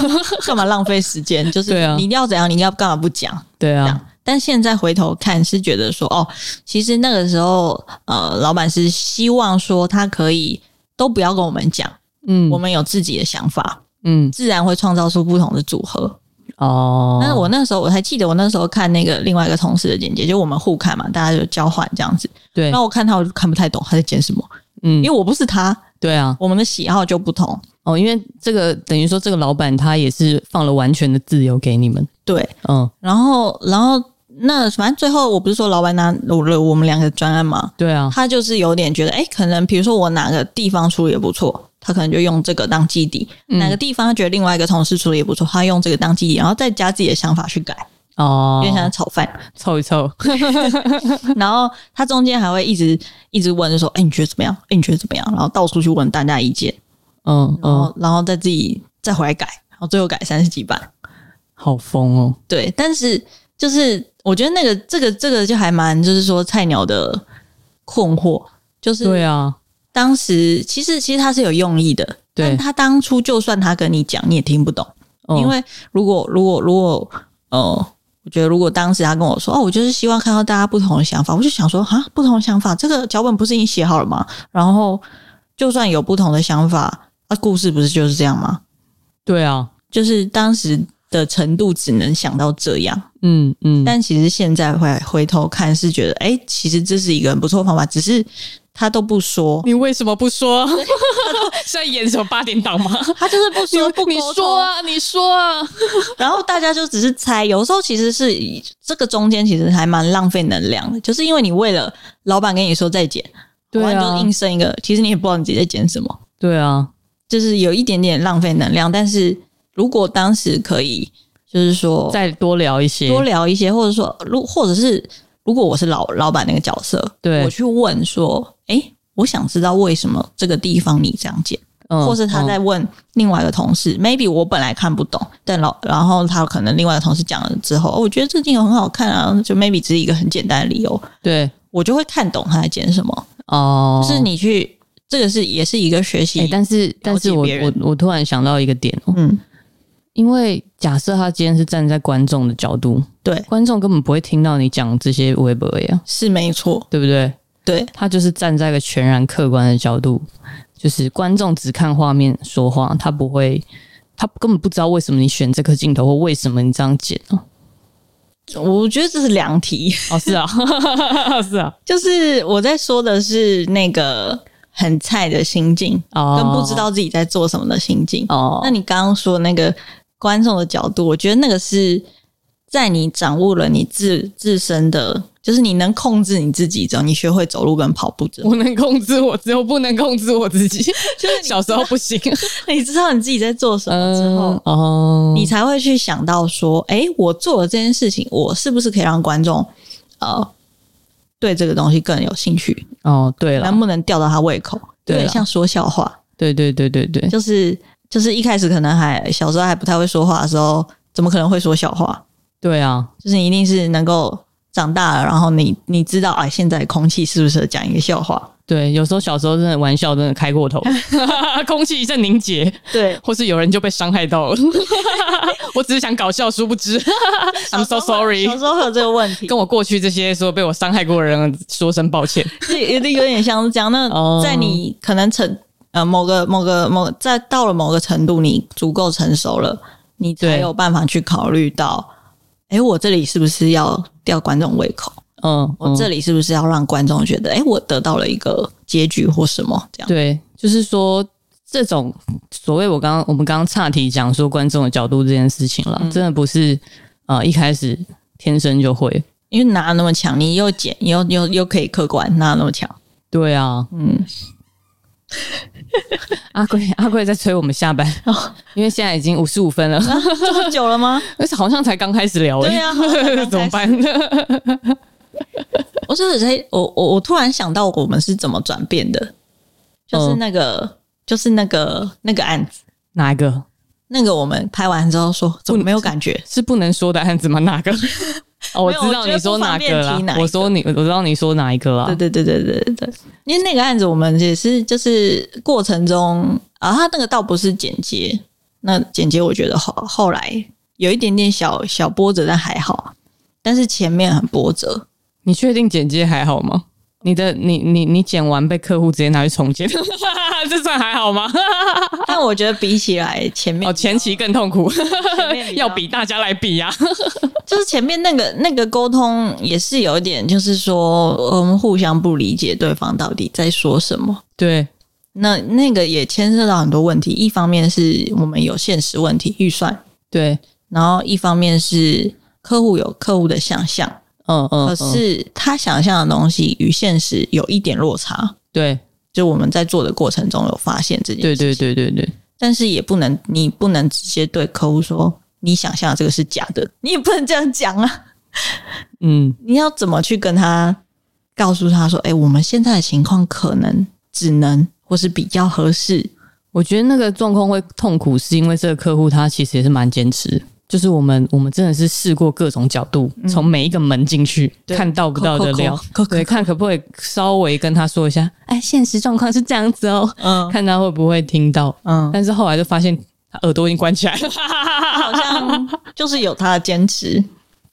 干嘛浪费 时间，就是对啊你一定要怎样，你一定要干嘛不讲，对这啊，样。但现在回头看是觉得说，哦，其实那个时候，呃，老板是希望说他可以都不要跟我们讲，嗯我们有自己的想法，嗯，自然会创造出不同的组合。哦，那我那时候我还记得，我那时候看那个另外一个同事的简介，就我们互看嘛，大家就交换这样子。对那，我看他，我就看不太懂他在剪什么，嗯因为，我不是他，对啊，我们的喜好就不同。哦，因为这个等于说这个老板他也是放了完全的自由给你们，对，嗯，然后，然后那反正最后我不是说老板拿我我们两个专案嘛，对啊，他就是有点觉得，哎、可能比如说我哪个地方处理也不错，他可能就用这个当基底；嗯哪个地方他觉得另外一个同事处理也不错，他用这个当基底，然后再加自己的想法去改，哦有，点像炒饭。凑一凑，然后他中间还会一直一直问，就说，哎、你觉得怎么样？哎、你觉得怎么样？然后到处去问大家意见，嗯然后、嗯，然后再自己再回来改，然后最后改三十几版。好疯哦，对，但是就是我觉得那个这个这个就还蛮，就是说菜鸟的困惑，就是对啊，当时其实其实他是有用意的，对但他当初就算他跟你讲，你也听不懂，嗯因为如果如果如果呃，我觉得如果当时他跟我说哦，我就是希望看到大家不同的想法，我就想说啊，不同的想法，这个脚本不是已经写好了吗？然后就算有不同的想法，啊，故事不是就是这样吗？对啊，就是当时的程度只能想到这样，嗯嗯，但其实现在回回头看是觉得，哎、其实这是一个很不错的方法，只是他都不说，你为什么不说？ 是在演什么八点档吗？ 他就是不说不你沟通说啊，你说啊，然后大家就只是猜，有时候其实是以这个中间其实还蛮浪费能量的，就是因为你为了老板跟你说再剪，对啊然后你就硬生一个，其实你也不知道你自己在剪什么，对啊，就是有一点点浪费能量。但是如果当时可以，就是说再多聊一些，多聊一些，或者说如或者是如果我是老老板那个角色，对我去问说，诶，我想知道为什么这个地方你这样剪，嗯或是他在问另外一个同事、m a y b e 我本来看不懂，但老然后他可能另外的同事讲了之后，哦，我觉得这镜头很好看啊，就 maybe 只是一个很简单的理由，对我就会看懂他在剪什么。哦，就是你去，这个是也是一个学习，哎、但是但是我别人我我突然想到一个点哦，嗯，因为假设他今天是站在观众的角度，对，观众根本不会听到你讲这些微博呀，是没错，对不对？对，他就是站在一个全然客观的角度，就是观众只看画面说话，他不会，他根本不知道为什么你选这颗镜头，或为什么你这样剪哦。我觉得这是良题。 哦，是啊， 是啊，就是我在说的是那个很菜的心境，哦，跟不知道自己在做什么的心境。哦，那你刚刚说那个观众的角度，我觉得那个是在你掌握了你自自身的，就是你能控制你自己之后，你学会走路跟跑步之后， 我能控制我，只有不能控制我自己。就是小时候不 行，你知道你自己在做什么之后。嗯哦，你才会去想到说，哎、我做了这件事情，我是不是可以让观众呃对这个东西更有兴趣，哦，对了能，不能吊到他胃口？有对啊点啦像说笑话，对对对对对，就是就是一开始可能还小时候还不太会说话的时候，怎么可能会说小话？对啊，就是你一定是能够长大了，然后你你知道，哎，现在空气适不适合讲一个笑话？对，有时候小时候真的玩笑真的开过 头，空气一阵凝结，对，或是有人就被伤害 到了。我只是想搞笑，殊不知 I'm so sorry 小。时候会有这个问 题，跟我过去这些说被我伤害过的人说声抱歉。就是有点有点像是这样。那哦在你可能成呃某个某个某在到了某个程度，你足够成熟了，你才对有办法去考虑到，哎，我这里是不是要吊观众胃口？嗯，我嗯这里是不是要让观众觉得，哎、我得到了一个结局或什么这样？对，就是说这种所谓我刚刚我们刚刚岔题讲说观众的角度这件事情了，嗯真的不是呃一开始天生就会。因为哪有那么强？你又减又又又可以客观，哪有那 么强？对啊，嗯， 阿贵阿贵在催我们下班，哦因为现在已经五十五分了，这么久了吗？而且好像才刚开始聊、欸，啊对啊好像才刚开始 怎么办呢？我是在，我我我突然想到我们是怎么转变的，就是嗯那个、就是那个那个案子，哪一个那个我们拍完之后说怎么没有感觉？是不能说的案子吗？哪 个？哦，我没有知道你说哪个我觉得不方便啦提哪一，个我说你，我知道你说哪一个啦对。对对对对对对，因为那个案子我们也是就是过程中啊，他那个倒不是剪接，那剪接我觉得后后来有一点点小小波折，但还好，啊但是前面很波折，你确定剪接还好吗？你的你你你剪完被客户直接 拿去重剪，这算还好吗？但我觉得比起来前面哦，前期更痛苦，前面较要比大家来比呀、啊。就是前面那个那个沟通也是有一点，就是说我们互相不理解对方到底在说什么。对，那那个也牵涉到很多问题，一方面是我们有现实问题预算，对，然后一方面是客户有客户的想象，嗯嗯，可嗯是他想象的东西与现实有一点落差。对就我们在做的过程中有发现这件对事，对对对对，但是也不能，你不能直接对客户说你想象的这个是假的，你也不能这样讲啊。嗯，你要怎么去跟他告诉他说，哎、我们现在的情况可能只能或是比较合适，我觉得那个状况会痛苦，是因为这个客户他其实也是蛮坚持，就是我们我们真的是试过各种角度，从每一个门进去对看到不到的料扣扣扣扣，扣对，看嗯可不可以稍微跟他说一下，哎，现实状况是这样子哦，嗯看他会不会听到。嗯，但是后来就发现他耳朵已经关起来了， 好像就是有他的坚持，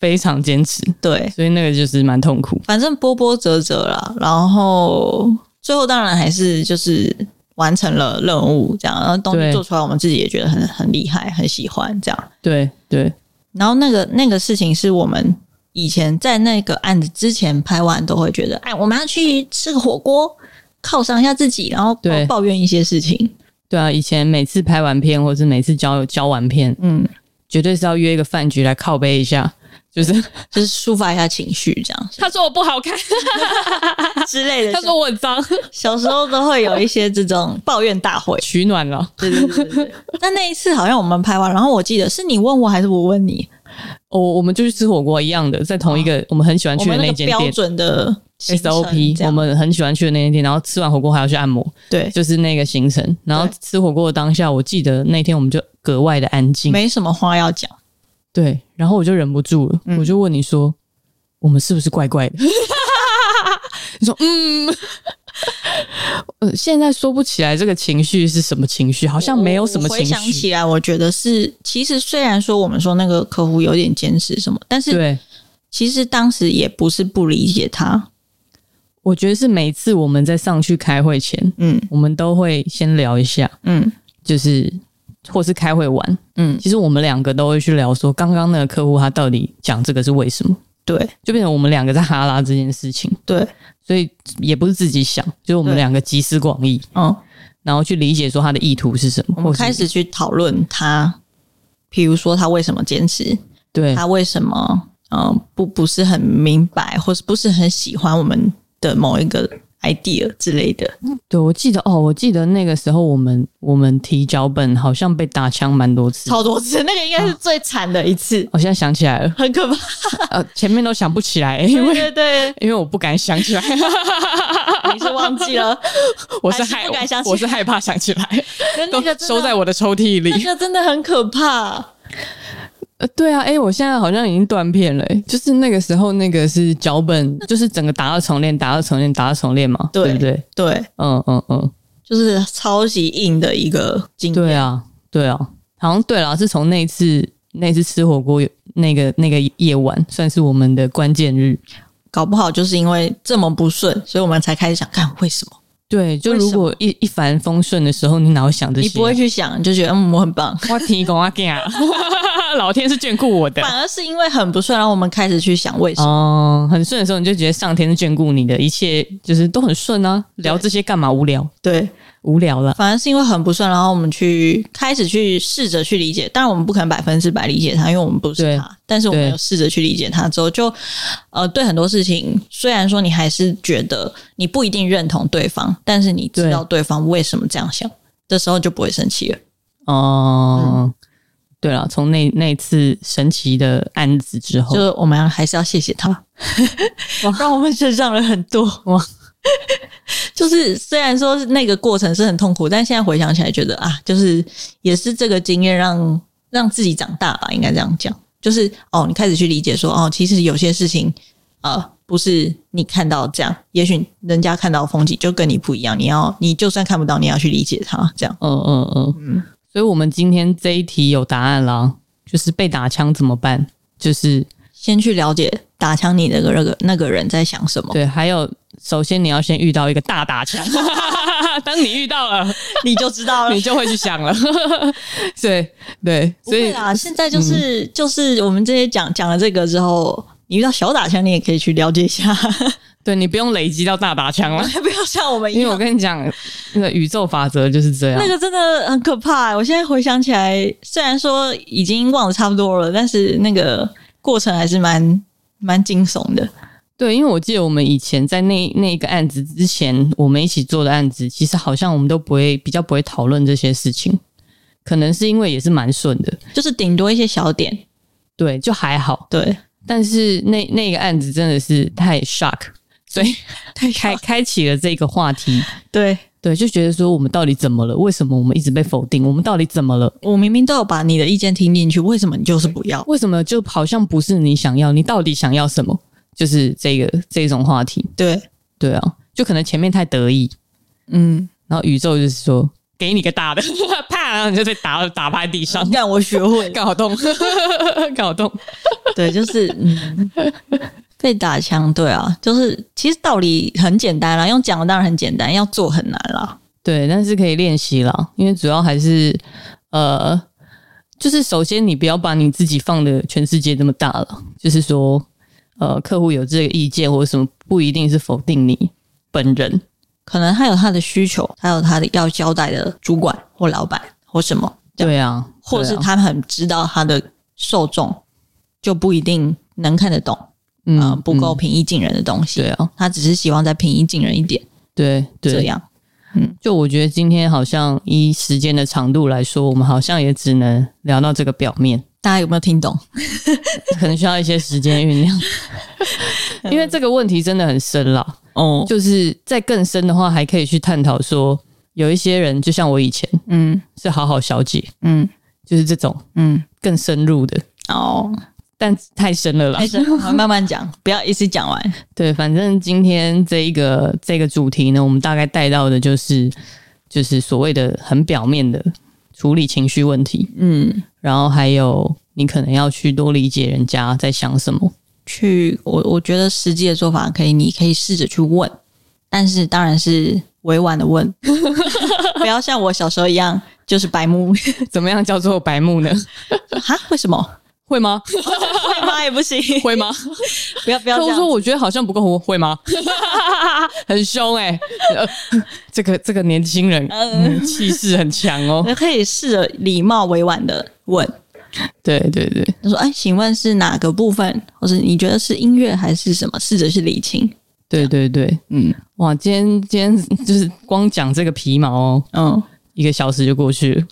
非常坚持，对，所以那个就是蛮痛苦。反正波波折折啦，然后最后当然还是就是完成了任务，这样，然后东西对做出来，我们自己也觉得很很厉害，很喜欢这样。对对，然后那个那个事情是我们以前在那个案子之前拍完都会觉得，哎，我们要去吃个火锅，犒赏一下自己，然后对抱怨一些事情。对啊，以前每次拍完片，或是每次交交完片，嗯，绝对是要约一个饭局来靠背一下。就是，就是抒发一下情绪，这样他说我不好看， 之类的。他说我很脏，小时候都会有一些这种抱怨大会 取暖了。 对对对对对。但那一次好像我们拍完，然后我记得是你问我还是我问你，哦，我们就去吃火锅一样的，在同一个我们很喜欢我去的们那个间标店。准的行程 SOP，我这样们很喜欢去的那一天，然后吃完火锅还要去按摩，对，就是那个行程。然后对吃火锅的当下，我记得那天我们就格外的安静，没什么话要讲。对，然后我就忍不住了，嗯我就问你说，我们是不是怪怪的？ 你说，嗯，呃，现在说不起来这个情绪是什么情绪，好像没有什么我回情想绪。起来，我觉得是，其实虽然说我们说那个客户有点坚持什么，但是对，其实当时也不是不理解他。我觉得是每次我们在上去开会前，嗯我们都会先聊一下，嗯就是或是开会完，嗯，其实我们两个都会去聊说，刚刚那个客户他到底讲这个是为什么，对就变成我们两个在哈拉这件事情，对，所以也不是自己想，就是我们对两个集思广益，嗯，然后去理解说他的意图是什么。我们或是开始去讨论他，比如说他为什么坚持，对他为什么呃不不是很明白，或是不是很喜欢我们的某一个 idea 之类的。对，我记得哦，我记得那个时候我们我们提脚本好像被打枪蛮多次。超多次，那个应该是最惨的一次，我现在想起来 了，很可怕。呃，前面都想不起来，因 为对对因为我不敢想起来，对，你是忘记了，我是还是害不敢想起来我是害怕想起来，可那都个真的收在我的抽屉里那。个真的很可怕。呃，对啊， 哎、我现在好像已经断片了、诶就是那个时候那个是脚本，就是整个打二重练，打二重练，打二重练嘛，对对不对？对，嗯嗯嗯，就是超级硬的一个经验。对啊，对啊，好像对啦，是从那一次那一次吃火锅有那个那个夜晚，算是我们的关键日。搞不好就是因为这么不顺，所以我们才开始想看为什么。对，就为什如果一一帆风顺的时候，你哪会想这些？你不会去想，你就觉得嗯我很棒，我提供阿啊，老天是眷顾我的。反而是因为很不顺，然后我们开始去想为什么。哦，很顺的时候，你就觉得上天是眷顾你的，一切就是都很顺啊。聊这些干嘛？无聊，对，无聊了。反而是因为很不顺，然后我们去开始去试着去理解。当然，我们不可能百分之百理解他，因为我们不是对他。但是我们对有试着去理解他之后，就呃，对很多事情，虽然说你还是觉得你不一定认同对方，但是你知道对方为什么这样想，这时候就不会生气了。哦、对了，从那那次神奇的案子之后就，是我们要还是要谢谢他， 让我们成长了很多。哦哇 就是虽然说是那个过程是很痛苦，但现在回想起来，觉得啊，就是也是这个经验让让自己长大吧，应该这样讲。就是哦，你开始去理解说哦，其实有些事情呃不是你看到这样，也许人家看到的风景就跟你不一样，你要你就算看不到，你要去理解它。这样嗯嗯嗯，嗯所以我们今天这一题有答案啦，就是被打枪怎么办？就是先去了解打枪你的那个那个人在想什么，对，还有首先你要先遇到一个大打枪， 当你遇到了，你就知道 了你。就会去想了。对对，不所会以啦，现在就是、就是我们这些讲讲了这个之后，你遇到小打枪，你也可以去了解一 下，对你不用累积到大打枪了，不要像我们一因为我样，跟你讲，那个宇宙法则就是这样那。个真的很可怕、我现在回想起来，虽然说已经忘得差不多了，但是那个过程还是蛮蛮惊悚的。对，因为我记得我们以前在那那一个案子之前，我们一起做的案子，其实好像我们都不会比较不会讨论这些事情，可能是因为也是蛮顺的，就是顶多一些小点，对，就还好。对，但是那那个案子真的是太 shock，所以开开启了这个话题，对对，就觉得说我们到底怎么了？为什么我们一直被否定？我们到底怎么了？我明明都有把你的意见听进去，为什么你就是不要？为什么就好像不是你想要？你到底想要什么？就是这个这种话题，对，对啊，就可能前面太得意，嗯，然后宇宙就是说给你个大的， 啪，然后你就被打打趴在地上， 让我学会了，搞好痛， 搞痛，对，就是嗯，被打枪，对啊，就是其实道理很简单啦，用讲的当然很简单，要做很难啦。对，但是可以练习啦，因为主要还是呃，就是首先你不要把你自己放的全世界这么大了，就是说呃，客户有这个意见或者什么，不一定是否定你本人，可能他有他的需求，他有他的要交代的主管或老板或什么，这样对啊，或者是对啊他很知道他的受众就不一定能看得懂，嗯、嗯、不够嗯平易近人的东西。对啊，他只是希望再平易近人一点，对对，这样就我觉得今天好像依时间的长度来说，我们好像也只能聊到这个表面，大家有没有听懂？可能需要一些时间酝酿。 因为这个问题真的很深啦。哦，就是在更深的话，还可以去探讨说，有一些人就像我以前嗯是好好小姐，嗯就是这种嗯，更深入的，哦，但太深了啦没。事，哎好慢慢讲，不要一次讲完。对，反正今天这一个这个主题呢，我们大概带到的就是就是所谓的很表面的处理情绪问题，嗯，然后还有你可能要去多理解人家在想什么。 去我我觉得实际的做法可以，你可以试着去问，但是当然是委婉的问， 不要像我小时候一样就是白目怎么样叫做白目呢？哈，为什么？ 会吗？会吗？也不行，会吗？不要不要客这户样说我觉得好像不够活，会吗？ 很凶哎、呃 这个这个年轻人嗯嗯气势、很强哦。你可以试着礼貌委婉的问，对对对，他说：“哎，请问是哪个部分，或是你觉得是音乐还是什么？试着去理清。对对对，嗯，哇，今天今天就是光讲这个皮毛哦”，嗯，一个小时就过去了。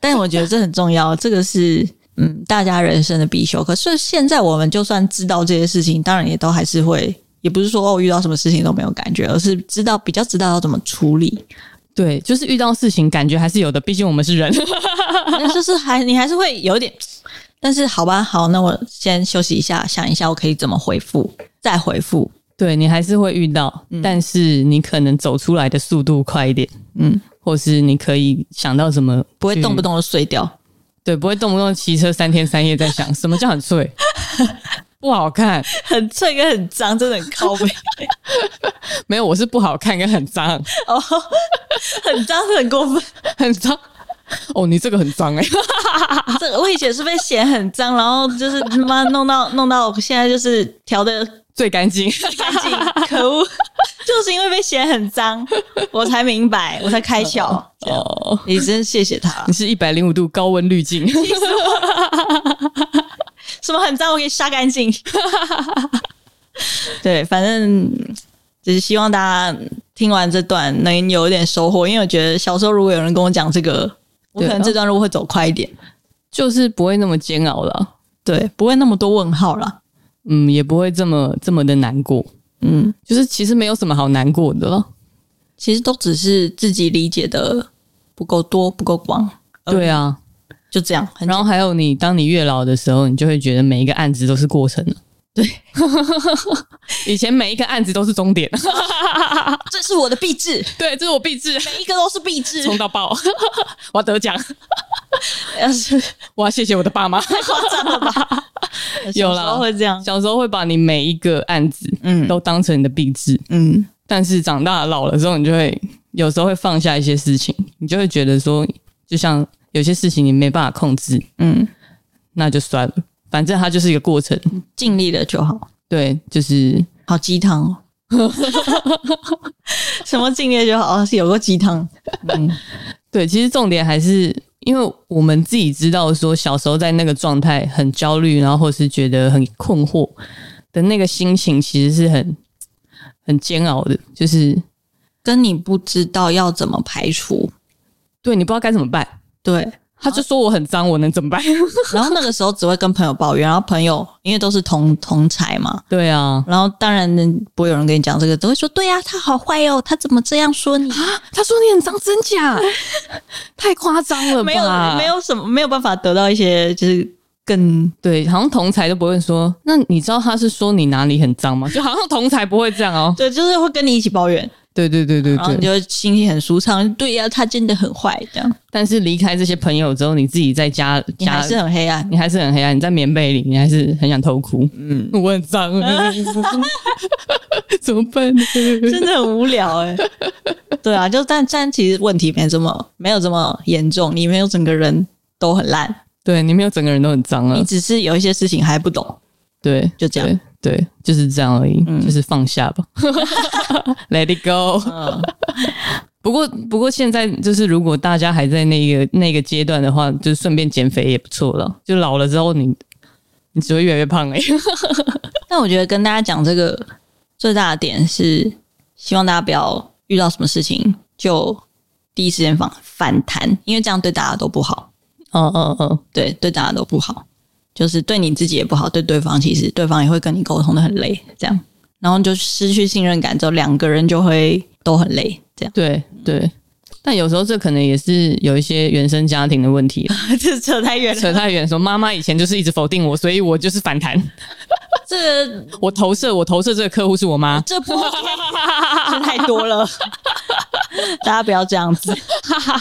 但我觉得这很重 要，这个是嗯大家人生的必修课。所以现在我们就算知道这些事情，当然也都还是会，也不是说哦遇到什么事情都没有感觉，而是知道比较知道要怎么处 理。对，就是遇到事情感觉还是有的，毕竟我们是人。 但就是还你还是会有点，但是好吧，好，那我先休息一下，想一下我可以怎么回复，再回复。对你还是会遇到，但是你可能走出来的速度快一点，嗯，或是你可以想到什么去，不会动不动就碎掉，对，不会动不动骑车三天三夜在想什么叫很脆， 不好看。很脆跟很脏，真的很靠背。没有，我是不好看跟很脏， 哦，很脏是很过 分。很脏。哦，你这个很脏哎、这个我以前是被嫌很脏，然后就是他妈弄到弄到现在就是调的 最干净。干 净，可恶！就是因为被嫌很脏，我才明白，我才开窍。哦，你真谢谢他你，是一百零五度高温滤镜，什么很脏我给你杀干 净。对，反正就是希望大家听完这段能有一点收获，因为我觉得小时候如果有人跟我讲这个，我可对能这段路会走快一点， 就是不会那么煎熬了，对，不会那么多问号了。嗯，也不会这么这么的难过，嗯。就是其实没有什么好难过的了。其实都只是自己理解的不够多、不够广，对啊，就这样。很然后还有你，当你越老的时候，你就会觉得每一个案子都是过程了。对， 以前每一个案子都是终点。这是我的壁纸， 对，这是我必志，每一个都是壁 纸。冲到爆， 我要得奖，要是我要谢谢我的爸妈。太夸张 了吧？有啦小时候会这样，小时候会把你每一个案子嗯都当成你的必志，嗯，但是长大老了之后，你就会有时候会放下一些事情，你就会觉得说，就像有些事情你没办法控制，嗯，那就算了，反正它就是一个过程。尽力了就好。对，就是好鸡汤哦， 什么尽力了就好，哦是有个鸡汤。对，其实重点还是因为我们自己知道说，小时候在那个状态很焦虑，然后或是觉得很困惑的那个心情，其实是很很煎熬的，就是跟你不知道要怎么排除，对你不知道该怎么办。对。他就说我很脏，我能怎么办？ 然后那个时候只会跟朋友抱怨，然后朋友因为都是同同才嘛，对啊，然后当然不会有人跟你讲这个，都会说对呀、他好坏哦，他怎么这样说你？啊他说你很脏，真 假？太夸张了吧？没有没，有什么没有办法得到一些就是更对，好像同才都不会说。那你知道他是说你哪里很脏吗？就好像同才不会这样哦。对，就是会跟你一起抱怨，对对对对然后你对。就会心情很舒畅。对呀、他真的很坏，这样但是离开这些朋友之后，你自己在家你还家是很黑暗。你还是很黑暗，你在棉被里，你还是很想偷 哭。嗯嗯，我很脏， 怎么办呢？真的很无聊 哎、对啊，就但但其实问题没这么没有这么严重，你没有整个人都很烂，对你没有整个人都很脏你了，只是有一些事情还不懂。嗯对，就这样对，对，就是这样而已，嗯就是放下 吧，Let it go。嗯，不过，不过现在就是，如果大家还在那个那个阶段的话，就顺便减肥也不错了。就老了之后你，你只会越来越胖而已。但我觉得跟大家讲这个最大的点是，希望大家不要遇到什么事情就第一时间反反弹，因为这样对大家都不好，嗯嗯嗯，对，对大家都不好，就是对你自己也不好，对对方其实对方也会跟你沟通的很累，这样然后就失去信任感之后，两个人就会都很累。这样 对对。但有时候这可能也是有一些原生家庭的问题， 这扯太远了。扯太远说，妈妈以前就是一直否定我，所以我就是反弹，这我投射，我投射这个客户是我妈，这不 OK，这太多了， 大家不要这样子。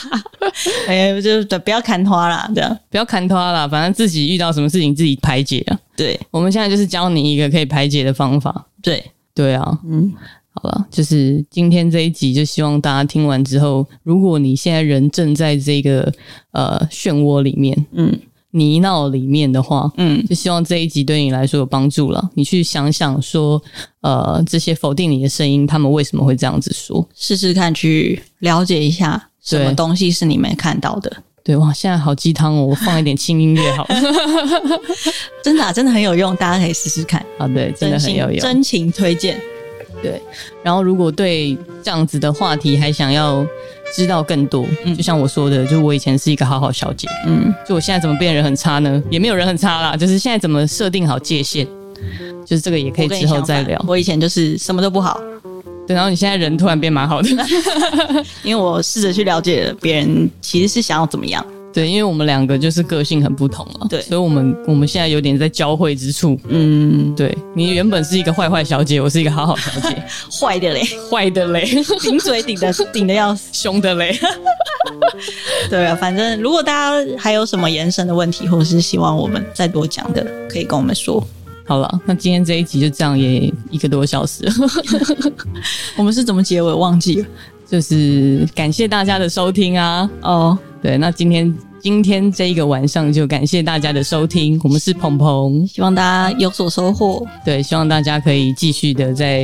哎、就是对，不要砍花啦，这样不要看他啦，反正自己遇到什么事情自己排解啊。对我们现在就是教你一个可以排解的方法。对，对啊，嗯，好了，就是今天这一集，就希望大家听完之后，如果你现在人正在这个呃漩涡里面，嗯泥淖里面的话，嗯，就希望这一集对你来说有帮助了。你去想想说，呃，这些否定你的声音，他们为什么会这样子说？试试看去了解一下什么对东西是你没看到的，对哇，现在好鸡汤哦，我放一点轻音乐好 了。真的、啊、真的很有用，大家可以试试看，好的，啊真的真很心有用。真情推荐。对，然后如果对这样子的话题还想要知道更多，就像我说的，就我以前是一个好好小姐，嗯，就我现在怎么变人很差呢？也没有人很差啦，就是现在怎么设定好界限，就是这个也可以我跟之你后相再反聊。我以前就是什么都不好，对，然后你现在人突然变蛮好 的，因为我试着去了解别人其实是想要怎么样。对，因为我们两个就是个性很不同了，对所以我们我们现在有点在交汇之处。嗯，对你原本是一个坏坏小姐，我是一个好好小 姐，坏的嘞， 坏的嘞，顶嘴顶的顶的要 死。凶的嘞。 对啊，反正如果大家还有什么延伸的问题，或者是希望我们再多讲的，可以跟我们说。好了，那今天这一集就这样，也一个多小时了。 我们是怎么结尾忘记了就是感谢大家的收听啊。哦。对，那今天今天这一个晚上就感谢大家的收听，我们是鹏鹏。希望大家有所收获。对，希望大家可以继续的在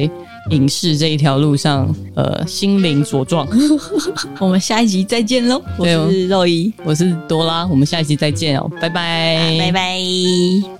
影视这一条路上，呃，心灵茁壮。我们下一集再见喽！我对哦是肉姨，我是多拉，我们下一期再见哦，拜拜，拜拜。